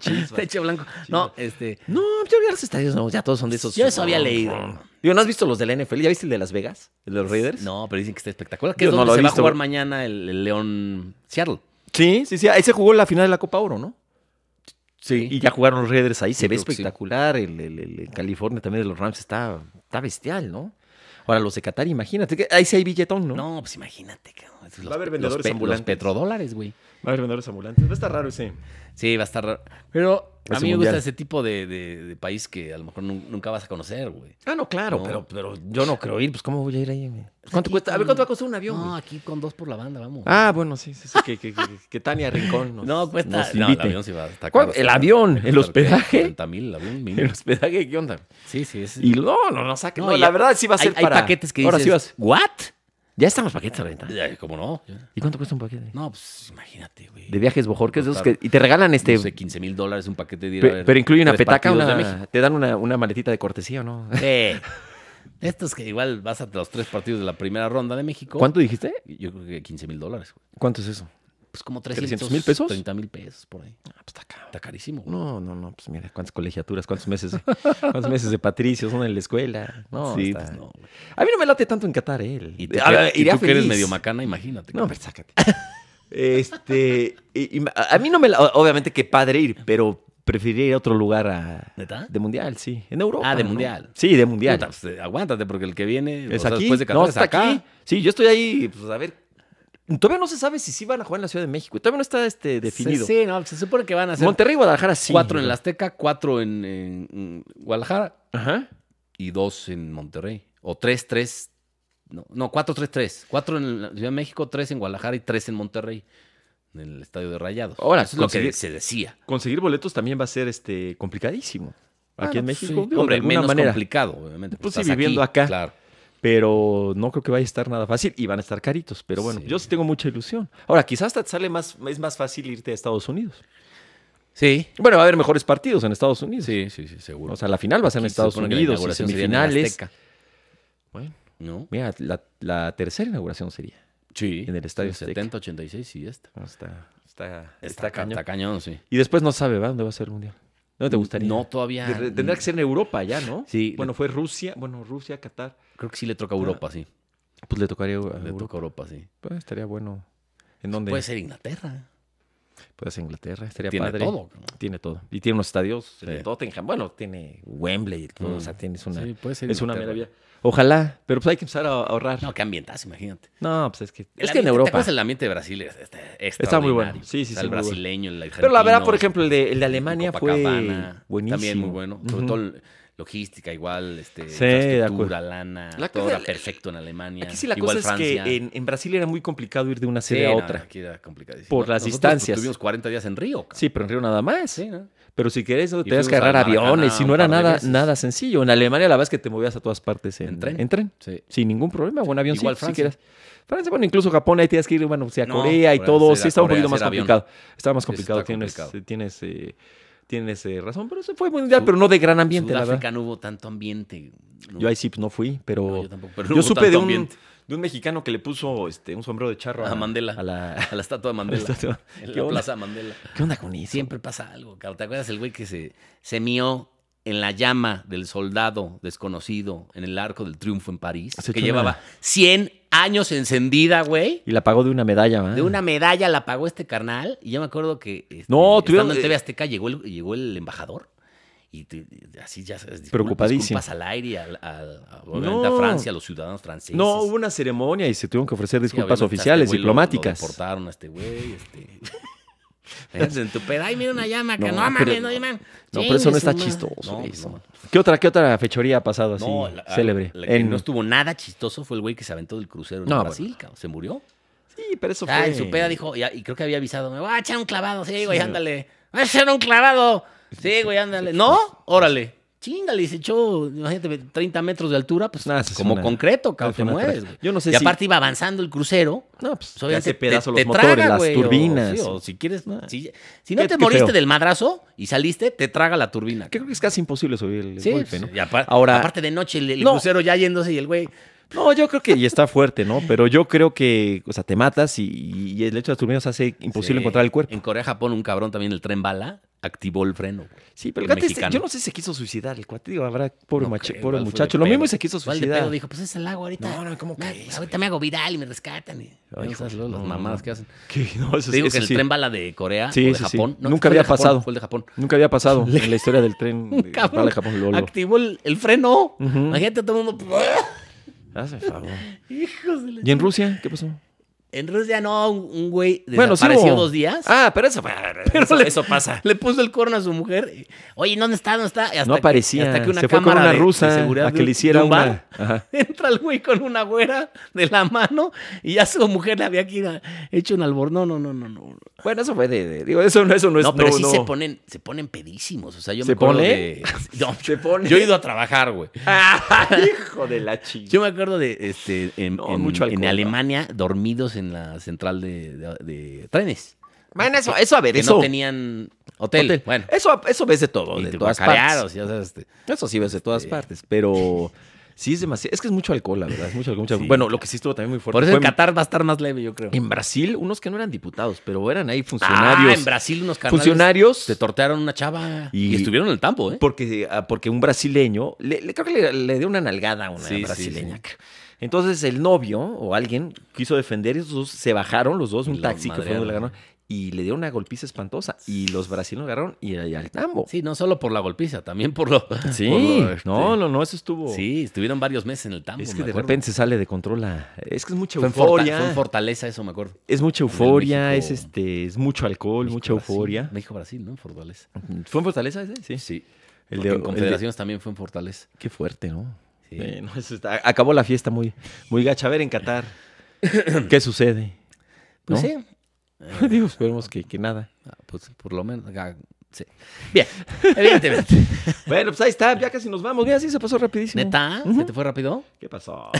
Chispa.
[LAUGHS] Techo blanco. No, este.
No, pues yo ya los estadios no, ya todos son de esos.
Yo eso había leído.
Digo, ¿no has visto los de la NFL? ¿Ya viste el de Las Vegas? ¿El de los Raiders?
No, pero dicen que está espectacular. Que
Yo
es
no
donde
lo he
se va a
visto.
jugar mañana el, el León Seattle.
Sí, sí, sí. Ahí se jugó la final de la Copa Oro, ¿no?
Sí.
Y ya jugaron los Raiders ahí. Se ve
creo que sí.
espectacular. El, el- el- el California también de los Rams está, está bestial, ¿no? Ahora, los de Qatar, imagínate. que ahí sí hay billetón, ¿no?
No, pues imagínate, cabrón. Los-
haber
los
vendedores
pe- Los
ambulantes.
petrodólares, güey.
Va a haber vendedores ambulantes. Va a estar raro ese.
Sí, va a estar raro. Pero a
Ese
mí me
mundial.
gusta ese tipo de, de- de país que a lo mejor nun- nunca vas a conocer, güey.
Ah, no, claro.
No.
Pero, pero yo no creo ir. Pues, ¿cómo voy a ir ahí? güey? ¿Cuánto
aquí
cuesta? A ver,
con-
¿cuánto va a costar un avión?
No,
güey?
aquí con dos por la banda, vamos.
Ah, bueno, sí, sí, sí. Que, que- que- que Tania Rincón nos,
no, cuesta.
nos
no, el
invite.
avión sí va a estar
¿Cuál?
caro.
¿El avión?
Va a
¿El
estar
hospedaje?
40 mil, el avión mínimo.
¿El hospedaje qué onda?
Sí, sí. Es,
Y no, no, no saca.
No,
No,
ya-
la verdad sí va a
hay,
ser
hay
para...
paquetes que dices,
Ahora sí vas.
¿what?
Ya están los paquetes a la venta.
Ya, ¿Cómo no?
¿Y cuánto cuesta un paquete?
No, pues imagínate, güey.
De viajes Bojorques, esos
Claro.
que, y te regalan este.
No sé, 15 mil dólares un paquete de ir a
pe-
ver
pero incluye una
tres
petaca,
partidos de
una- [LAUGHS]
México.
te dan una, una maletita de cortesía, ¿o no?
Sí. De Estos que igual vas a los tres partidos de la primera ronda de México.
¿Cuánto dijiste?
Yo creo que 15 mil dólares, güey.
¿Cuánto es eso?
Pues como 300
¿300 mil pesos?
30 mil pesos por ahí.
Ah, pues está acá.
Está carísimo. güey.
No, no, no, pues mira, cuántas colegiaturas, cuántos meses, de- cuántos meses de Patricio son en la escuela. No,
Sí,
está-
pues no, güey.
A mí no me late tanto en Qatar él.
Y, te-
A ver,
y
iría
tú que eres
feliz.
medio macana, imagínate.
No, hombre, sácate. [LAUGHS] este, y- y a a mí no me la- obviamente que padre ir, pero preferiría ir a otro lugar a-
¿Neta?
de mundial, sí, en Europa.
Ah, de
¿no?
mundial.
Sí, de mundial.
Puta, pues, eh, aguántate, porque el que viene
Es
o sea,
aquí.
después de Qatar
no,
es
está
acá.
aquí. Sí, yo estoy ahí, pues a ver. Todavía no se sabe si sí van a jugar en la Ciudad de México. Todavía no está este, definido.
Sí, sí, no, se supone que van a ser
Monterrey y Guadalajara sí.
cuatro en la Azteca, cuatro en, en- en Guadalajara
Ajá.
y dos en Monterrey. O tres, tres. No, no, cuatro, tres, tres. Cuatro en la Ciudad de México, tres en Guadalajara y tres en Monterrey. En el estadio de Rayados.
Ahora,
Eso es lo que
conseguir-
se decía.
Conseguir boletos también va a ser este, complicadísimo. Aquí
Ah,
en
pues,
México,
sí.
digo,
Hombre,
de alguna
menos
manera.
complicado, obviamente.
Pues sí,
estás
viviendo acá.
Claro.
Pero no creo que vaya a estar nada fácil y van a estar caritos. Pero bueno,
Sí.
yo sí tengo mucha ilusión. Ahora, quizás hasta te sale más, es más fácil irte a Estados Unidos.
Sí.
Bueno, va a haber mejores partidos en Estados Unidos.
Sí, sí, sí, seguro.
O sea, la final va a ser en
Aquí se
Estados
supone que la
Unidos, y
inauguración sería en el
semifinales.
Azteca,
Bueno,
¿No?
mira, la, la tercera inauguración sería.
Sí.
En el estadio Azteca.
70, 86 y esta.
No, está, está,
Está,
está
ca-
cañón.
está cañón, sí.
Y después no sabe, ¿va? ¿Dónde va a ser el mundial? ¿Dónde te gustaría?
No, todavía.
De- Tendrá que ser en Europa ya, ¿no?
Sí.
Bueno, fue Rusia, bueno, Rusia, Qatar.
Creo que sí le toca a Europa, sí.
Pues le tocaría a
Le toca
Europa.
a Europa, sí.
Pues, estaría bueno. ¿En dónde?
Puede
Pues,
ser Inglaterra.
Inglaterra, estaría
Tiene
padre.
todo.
Tiene todo. Y tiene unos estadios, el de
Sí.
Tottenham, bueno, tiene Wembley, todo,
Mm.
o sea, tienes una...
Sí, puede ser
es una
Inglaterra.
maravilla. Ojalá, pero pues hay que empezar a ahorrar. No,
No, qué ambientazo, imagínate.
pues es que...
El
Es que en
ambiente- ¿te
Europa...
acuerdas el ambiente de Brasil es- es- es
Está muy bueno.
extraordinario.
Sí, sí,
O
sí,
sea, El
muy bueno.
brasileño, el
Pero la verdad,
argentino,
por ejemplo, el de, el de Alemania fue
Copacabana,
buenísimo.
También muy bueno. Sobre
Ujú.
todo el- logística, igual, este,
Sí, de
infraestructura, lana,
La
todo
cosa-
era perfecto en Alemania.
Aquí sí la
igual
cosa
Francia.
es que en, en Brasil era muy complicado ir de una
Sí,
sede a
no,
otra.
aquí era complicadísimo.
Por las
Nosotros,
distancias.
Pues, tuvimos 40 días en Río. cabrón.
Sí, pero en Río nada más.
Sí, ¿no?
Pero si querés, tenías
fuimos
que agarrar
al Maracaná
aviones y
un
no era
par de
nada,
veces.
nada sencillo. En Alemania la verdad es que te movías a todas partes en,
En tren. Sí.
Sin ningún problema, buen avión sí,
Igual
si
Francia.
quieras. Francia, bueno, incluso Japón, ahí tenías que ir, bueno, sí, a
No,
Corea y
Corea,
todo.
sí,
Sí,
era
estaba un
Corea,
poquito
sí
más
era avión.
complicado. Estaba más
Sí,
complicado,
estaba
tienes,
complicado.
tienes, eh, tienes eh, razón. Pero eso fue mundial, pero no de gran ambiente, la verdad.
Sudáfrica no hubo tanto ambiente. ¿no?
Yo ahí sí pues, no fui, pero.
No, yo tampoco, pero no
yo
hubo
supe
tanto
de un,
ambiente.
de un mexicano que le puso este, un sombrero de charro [LAUGHS]
A Mandela.
A la,
A la
[LAUGHS]
estatua de Mandela.
estatua.
En
¿Qué
la
onda?
plaza Mandela.
¿Qué onda con eso?
Siempre pasa algo, cabrón. ¿Te acuerdas el güey que se, se mió en la llama del soldado desconocido en el arco del triunfo en París?
Se
que
echó
llevaba
una-
100 años encendida, güey.
Y la pagó de una medalla, ¿verdad?
De una medalla la pagó este carnal. Y yo me acuerdo que este,
No, tuvieron-
estando en TV Azteca llegó el, llegó el embajador. Y te- así ya sabes, disculpas-
Preocupadísimo.
disculpas al aire, al- al- a, obviamente
No.
a Francia, a los ciudadanos franceses.
No, hubo una ceremonia y se tuvieron que ofrecer
Sí,
disculpas
obviamente, a
oficiales,
este güey lo-
diplomáticas.
Lo, deportaron a este güey. Este... [LAUGHS] Entonces, en tu peda, ay, mira una llama, que
No,
no,
pero-
mames, no, mames.
no, pero eso no
Chingue
está
su madre.
chistoso.
No,
eso.
no.
¿Qué, otra, ¿Qué otra fechoría ha pasado así
No, la-
célebre?
la que
En-
no estuvo nada chistoso fue el güey que se aventó del crucero en
No,
Brasil, cabrón. Se murió.
Sí, pero eso fue...
Ah, en su peda dijo, y, y creo que había avisado, me voy a echar un clavado, sí, güey, ándale. Voy a echar un clavado. Sí, güey, ándale. ¿No? Órale. Chingale, y se echó, imagínate, 30 metros de altura, pues
Nah, eso es
como
una-
concreto, cabrón,
es
te
una
mueves,
tra-
güey.
Yo no sé
y
si-
aparte iba avanzando el crucero.
No, pues
Pues, obviamente
te hace pedazo
te-
los
te traga,
motores, las
güey, o-
turbinas.
sí, o si quieres,
Ah.
si, si no
Qué-
te
qué
moriste
feo.
del madrazo y saliste, te traga la turbina.
Que creo que es casi imposible subir el
Sí, pues,
golpe, ¿no?
sí, y apar-
Ahora-
aparte de noche, el, el
No.
crucero ya yéndose y el güey.
No, yo creo que y está fuerte, ¿no? Pero yo creo que, o sea, te matas y, y el hecho de dormir nos hace imposible
Sí.
encontrar el cuerpo.
En Corea, Japón, un cabrón también, el tren bala, activó el freno. güey.
Sí, pero el
El
gato este,
mexicano.
yo no sé si se quiso suicidar, el cuate, digo, habrá, pobre,
No
machi-
creo,
pobre
igual fue
muchacho.
de
Lo mismo
pedo.
y se quiso
Igual de
suicidar.
pedo dijo, pues es el agua ahorita.
No, no, ¿cómo
Me-
crees,
Ahorita me hago viral y me rescatan. Y,
Ay,
no sabes
hijo,
luego las
no,
mamadas
no.
que hacen.
[LAUGHS] Que no, eso-
Te digo
eso
que el
sí.
tren bala de Corea
Sí,
o de
sí, sí.
Japón.
Nunca
fue de
había
Japón,
pasado.
Fue el de [LAUGHS] Japón.
Nunca había pasado en la historia del
[LAUGHS]
tren de
cabrón.
bala de Japón Lolo.
[LAUGHS] Activó el, el freno.
Ujú.
Imagínate todo el mundo. [LAUGHS]
Hazme favor.
Hijos de la-
¿Y en Rusia? ¿Qué pasó?
En Rusia no, un un güey
Bueno, sí
desapareció
hubo-
dos días.
Ah, pero eso,
Pero
eso,
le-
eso pasa.
Le puso el corno a su mujer. y, Oye, ¿dónde está? ¿Dónde está? Y hasta
No
que-
aparecía.
hasta que una
se fue con
cámara
una
de- de
rusa
seguridad
a
de
que
un-
le hiciera
de un bar,
una. Ajá.
[LAUGHS] Entra el güey con una güera de la mano y ya su mujer le había que- hecho un albornoz. No, no, no, no. No,
Bueno, eso fue de, de- digo, eso no, eso no es
pero
Pues
sí
no.
se ponen, se ponen pedísimos. O sea, yo
¿Se
me acuerdo
pone? [LAUGHS]
de- No,
Se pone.
Yo he ido a trabajar,
[LAUGHS]
güey.
Ah, hijo de la chica.
Yo me acuerdo de este en,
No,
en-
mucho alcohol,
en
¿no?
Alemania dormidos en la central de, de- de trenes.
Man, eso, eso a ver,
Que
eso.
no tenían hotel.
hotel. Eh,
Bueno,
Eso, eso ves de todo,
y
de
te
todas
guacarearon,
partes.
ya sabes, este,
Eso sí ves de todas
Sí.
partes, pero sí es demasiado. Es que es mucho alcohol, la verdad. Es mucho alcohol. mucho alcohol.
Sí.
Bueno, lo que sí estuvo también muy fuerte.
Por eso
fue
en
en,
Qatar va a estar más leve, yo creo.
en Brasil, unos que no eran diputados, pero eran ahí funcionarios.
Ah, en Brasil unos carnales
funcionarios.
se tortearon una chava
Y-
y, estuvieron en el tambo, ¿eh?
Porque, ah, porque un brasileño, le, le- creo que le, le dio una nalgada a una
Sí, sí,
brasileña. Entonces el novio o alguien quiso defender y esos dos se bajaron, los dos, un
Los
taxi que fue donde le
madrearon.
agarraron, y le dieron una golpiza espantosa. Y los brasileños agarraron y, y al tambo.
Sí, no solo por la golpiza, también por lo.
Sí,
por lo, este,
no, no, no, eso estuvo.
Sí, estuvieron varios meses en el tambo.
es que
me
de
acuerdo.
repente se sale de control la. Es que es mucha
Fue en, Forta-
euforia.
fue en Fortaleza, eso me acuerdo.
es mucha
en el
euforia, es
México-
este, es mucho alcohol, mucha
México-Brasil.
euforia.
México-Brasil, ¿no? En Fortaleza.
¿Fue en Fortaleza ese? Sí.
Sí.
El
porque
de-
en
el de-
Confederaciones también fue en Fortaleza.
Qué fuerte, ¿no?
Sí.
Eh, no, [LAUGHS] eso está- acabó la fiesta muy, muy gacha. A ver, en
[COUGHS]
Qatar, ¿qué sucede?
Pues
¿No?
sí.
[LAUGHS] Digo, esperemos que, que nada.
Ah, Pues por lo menos. ah, sí. Bien,
[LAUGHS]
evidentemente.
Bueno, pues ahí está, ya casi nos vamos. Mira, sí se pasó rapidísimo.
¿Neta? [LAUGHS] ¿Se te fue rápido?
¿Qué pasó?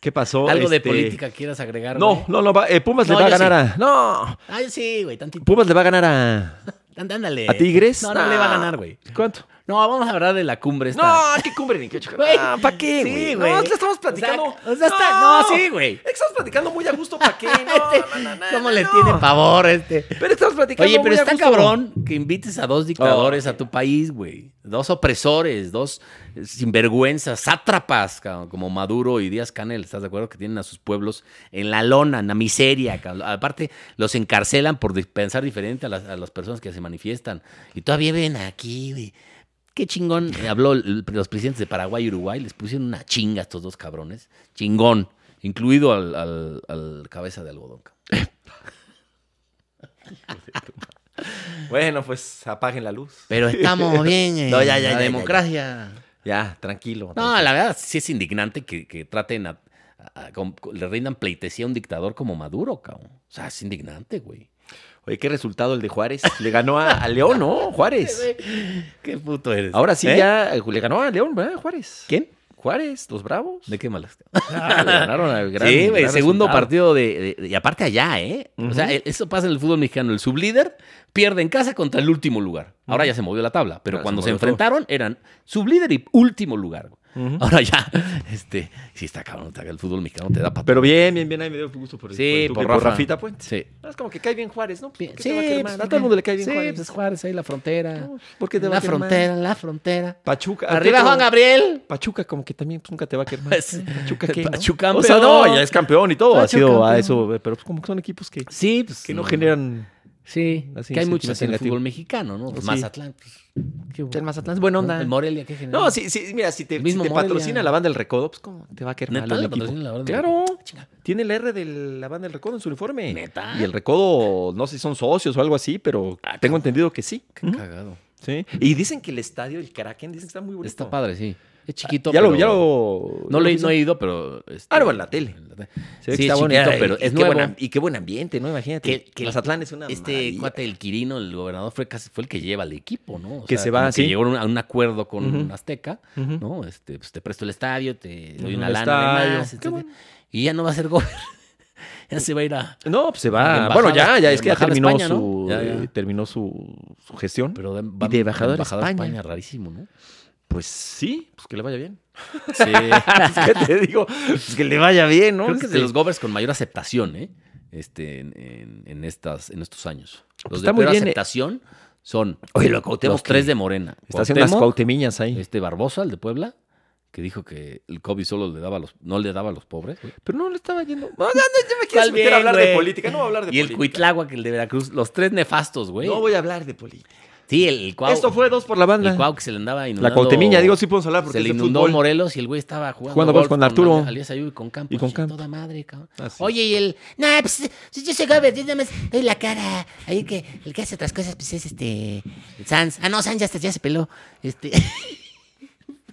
¿Qué pasó?
¿Algo de
Este,
política quieras agregar?
No,
güey?
no, no, va- eh, Pumas
No,
le va a
yo sí.
ganar a. No,
Ay, sí, güey, tantito.
Pumas le va a ganar a.
And- Ándale.
¿A Tigres?
Eh, No, no
Nah.
le va a ganar, güey.
¿Cuánto?
No, vamos a hablar de la cumbre esta.
No, qué cumbre ni qué ocho.
Güey.
Ah, ¿Para qué?
Sí,
güey?
güey.
No, le estamos
O sea,
platicando.
o sea, está- no, sí, güey.
Es que Estamos platicando muy a gusto, ¿para
[LAUGHS]
qué? No, no, no, no,
¿Cómo
no,
le
no.
tiene pavor este?
Pero estamos platicando
Oye, pero
muy a
está
gusto.
cabrón que invites a dos
Oh.
dictadores a tu país, güey. Dos opresores, dos eh, sinvergüenzas, sátrapas, cabrón, como Maduro y Díaz Canel. ¿Estás de acuerdo? Que tienen a sus pueblos en la lona, en la miseria. cabrón. Aparte, los encarcelan por di- pensar diferente a las, a las personas que se manifiestan. Y todavía ven aquí, güey. Qué chingón. Eh, Habló el- los presidentes de Paraguay y Uruguay, les pusieron una chinga a estos dos cabrones. Chingón. Incluido al, al- al cabeza de algodón. cabrón.
Bueno, pues apaguen la luz. [LAUGHS]
Pero estamos bien en
No, ya, ya, ya,
la
ya, ya.
democracia.
Ya, tranquilo.
No, la verdad sí es indignante que, que traten a, a- a- con- con- le rindan pleitesía a un dictador como Maduro, cabrón. O sea, es indignante, güey.
Oye, qué resultado el de Juárez. Le ganó a, a León, ¿no? Juárez.
Qué puto eres.
Ahora sí,
¿Eh?
ya eh, le ganó a León, ¿verdad? Juárez.
¿Quién?
Juárez, los Bravos.
¿De qué malas?
Ah, le ganaron al gran.
sí, güey,
gran
segundo
resultado.
partido de, de- Y aparte allá, ¿eh? O sea, el- eso pasa en el fútbol mexicano. El sublíder pierde en casa contra el último lugar. Ahora ya se movió la tabla, pero
Ya se
cuando se,
movió todo.
enfrentaron eran sublíder y último lugar. güey.
Ujú.
Ahora ya, [LAUGHS] este, sí está cabrón, está- el fútbol mexicano te da patada.
Pero bien, bien, bien. Ahí me dio gusto por el
Sí,
el
por
Tuca y
Rafa.
Rafita Puente.
Sí.
No, Es como que cae bien Juárez, ¿no? ¿Por
Bien,
qué
sí,
te va a caer
pues,
mal? a todo el mundo le cae bien
sí,
Juárez.
pues Juárez, ahí la frontera.
No, ¿Por qué te va
la
a caer mal?
frontera, la frontera.
Pachuca. ¿a
Arriba
qué te-
Juan Gabriel.
Pachuca como que también pues, nunca te va a quedar mal.
Pues,
Pachuca ¿qué, no?
Pachuca
O sea, no,
campeón.
ya es campeón y todo. ha
Pachuca
sido a
campeón.
eso, eh, pero pues como que son equipos que,
Sí, pues.
que no generan.
Sí,
así,
que hay
sentimiento
muchos así en el
negativo.
fútbol mexicano, ¿no? Pues
Sí.
Mazatlán. Pues, qué bueno.
El Mazatlán es buena onda.
El Morelia, ¿qué genera?
no, sí, sí, mira, si te,
El
si
mismo
te
Morelia.
patrocina la banda del recodo, pues cómo te va a quedar mal
Neta,
el
la
equipo.
patrocina la banda del
claro.
Recodo. Chinga.
Tiene el R de la banda del recodo en su uniforme.
Neta. Ah,
Y el recodo, no sé si son socios o algo así, pero tengo entendido que sí.
Qué
Ujú.
cagado.
Sí. Y dicen que el estadio, el Kraken, dicen que está muy bonito.
Está padre, sí. Es chiquito.
Ah, Ya lo,
pero-
ya lo.
No,
ya
lo he,
hizo.
no he ido, pero. este,
Ah, no, en la tele. Se ve que
Sí,
está
es
bonito, pero
chiquito, pero
es
es
qué
nuevo.
buen am- y qué buen ambiente, ¿no? Imagínate.
Que- que
Mazatlán es una
Este
maravilla.
cuate, el Quirino, el gobernador, fue, casi, fue el que lleva al equipo, ¿no? O
Que se va,
como
sí.
Que llegó a un- a un acuerdo con
Ujú.
Azteca.
Ujú.
¿no? Este, pues te presto el estadio, te doy
Ujú,
una
el
lana
estadio.
además,
Qué
etcétera.
bueno.
Y ya no va a ser gobernador. [LAUGHS] ya se va a ir a.
No, pues se
De
va.
embajada-
bueno, ya, ya
de
es que ya
embajada a
terminó,
España, ¿no?
su,
Ya, ya.
eh, terminó su, su gestión.
Pero
de embajador a España. [LAUGHS]
rarísimo, ¿no?
Pues sí, pues que le vaya bien. [LAUGHS]
Sí.
¿Qué te digo? Pues que le vaya bien, ¿no?
Creo que es
Este,
de los Govers con mayor aceptación, ¿eh? Este, en, en- en estas, en estos años. Los
Pues
de
está muy
peor
bien, eh.
aceptación son
Oye, lo de Cuauhtémoc
los tres
que
de Morena.
Está haciendo unas
Cuauhtémoc,
cuautemiñas ahí.
este Barbosa, el de Puebla, que dijo que el COVID solo le daba a los, no le daba a los pobres. güey.
Pero no le estaba yendo. No, no, no, ya me quieres meter
Está bien,
a hablar de
güey.
política. No voy a hablar de
Y el
política.
Cuitláhuac, el de Veracruz, los tres nefastos, güey.
No voy a hablar de política.
Sí, el, el Cuau.
Esto fue dos por la banda.
El Cuau que se le andaba inundando.
la cuautemiña, digo, sí podemos hablar porque
se le
es de
inundó
fútbol.
Morelos y el güey estaba jugando,
Jugando golf con Arturo.
Ale- Alias Ayub y con Campos.
Y con
sí,
Campos.
Toda madre, cabrón.
Así
Oye, y el. No, pues si yo soy Gabriel, yo nada más doy la cara. Ahí que el que hace otras cosas, pues es este. Sans. Ah, no, Sans ya, se- ya se peló. Este.
[LAUGHS]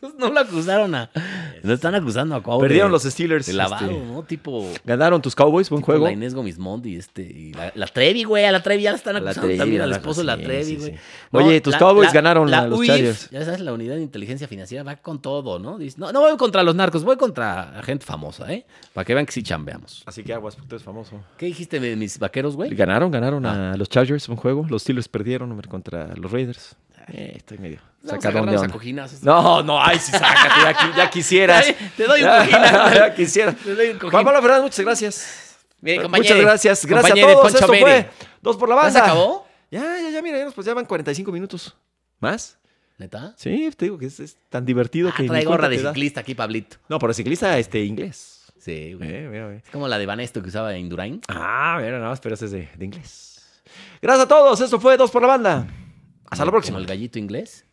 Pues no lo acusaron a. No están acusando a Cuau. de-
Perdieron los Steelers.
De lavado,
este,
¿no? Tipo.
Ganaron tus Cowboys, buen
tipo
juego.
La Inés Gómez Mondi, este. Y la, la Trevi, güey. A la Trevi ya la están
A la
acusando
Trevi,
también al
la-
esposo de la
sí,
Trevi,
sí,
güey.
sí. Oye, tus Cowboys ganaron a los
UIF,
Chargers.
Ya sabes, la unidad de inteligencia financiera va con todo, ¿no? Dice, no, no voy contra los narcos, voy contra gente famosa, ¿eh? Para que vean que sí chambeamos.
Así que aguas, porque tú eres famoso.
¿Qué dijiste de mis vaqueros, güey?
Ganaron, ganaron a los Chargers un juego. Los Steelers perdieron hombre, contra los Raiders. Eh, estoy medio
Vamos a
sacadón de
agarrarnos a
onda.
cojinazos.
No, no, ay, sí, sácate, ya, qui- ya quisieras.
Ay, te doy un
Ya-
cojín.
[LAUGHS] Ya quisieras.
Te doy un cojín.
Juan Pablo Fernández, muchas gracias.
Bien, compañero.
Muchas gracias. Gracias a
Compañero,
todos.
Poncho
Esto
Bere.
fue Dos por la
¿Ya
Banda.
se acabó?
Ya, ya, ya, mira, ya nos pues, ya van 45 minutos. ¿Más?
¿Neta?
Sí, te digo que es, es tan divertido
Ah,
que. ni
trae
cuenta
gorra de
te da.
ciclista aquí, Pablito.
No, pero ciclista este, inglés.
Sí, güey.
Eh, mira, mira.
Es como la de Vanesto que usaba Indurain.
Ah, mira, nada más, pero ese es de, de inglés. Gracias a todos. Esto fue Dos por la Banda. Hasta la
Como
próxima.
el gallito inglés.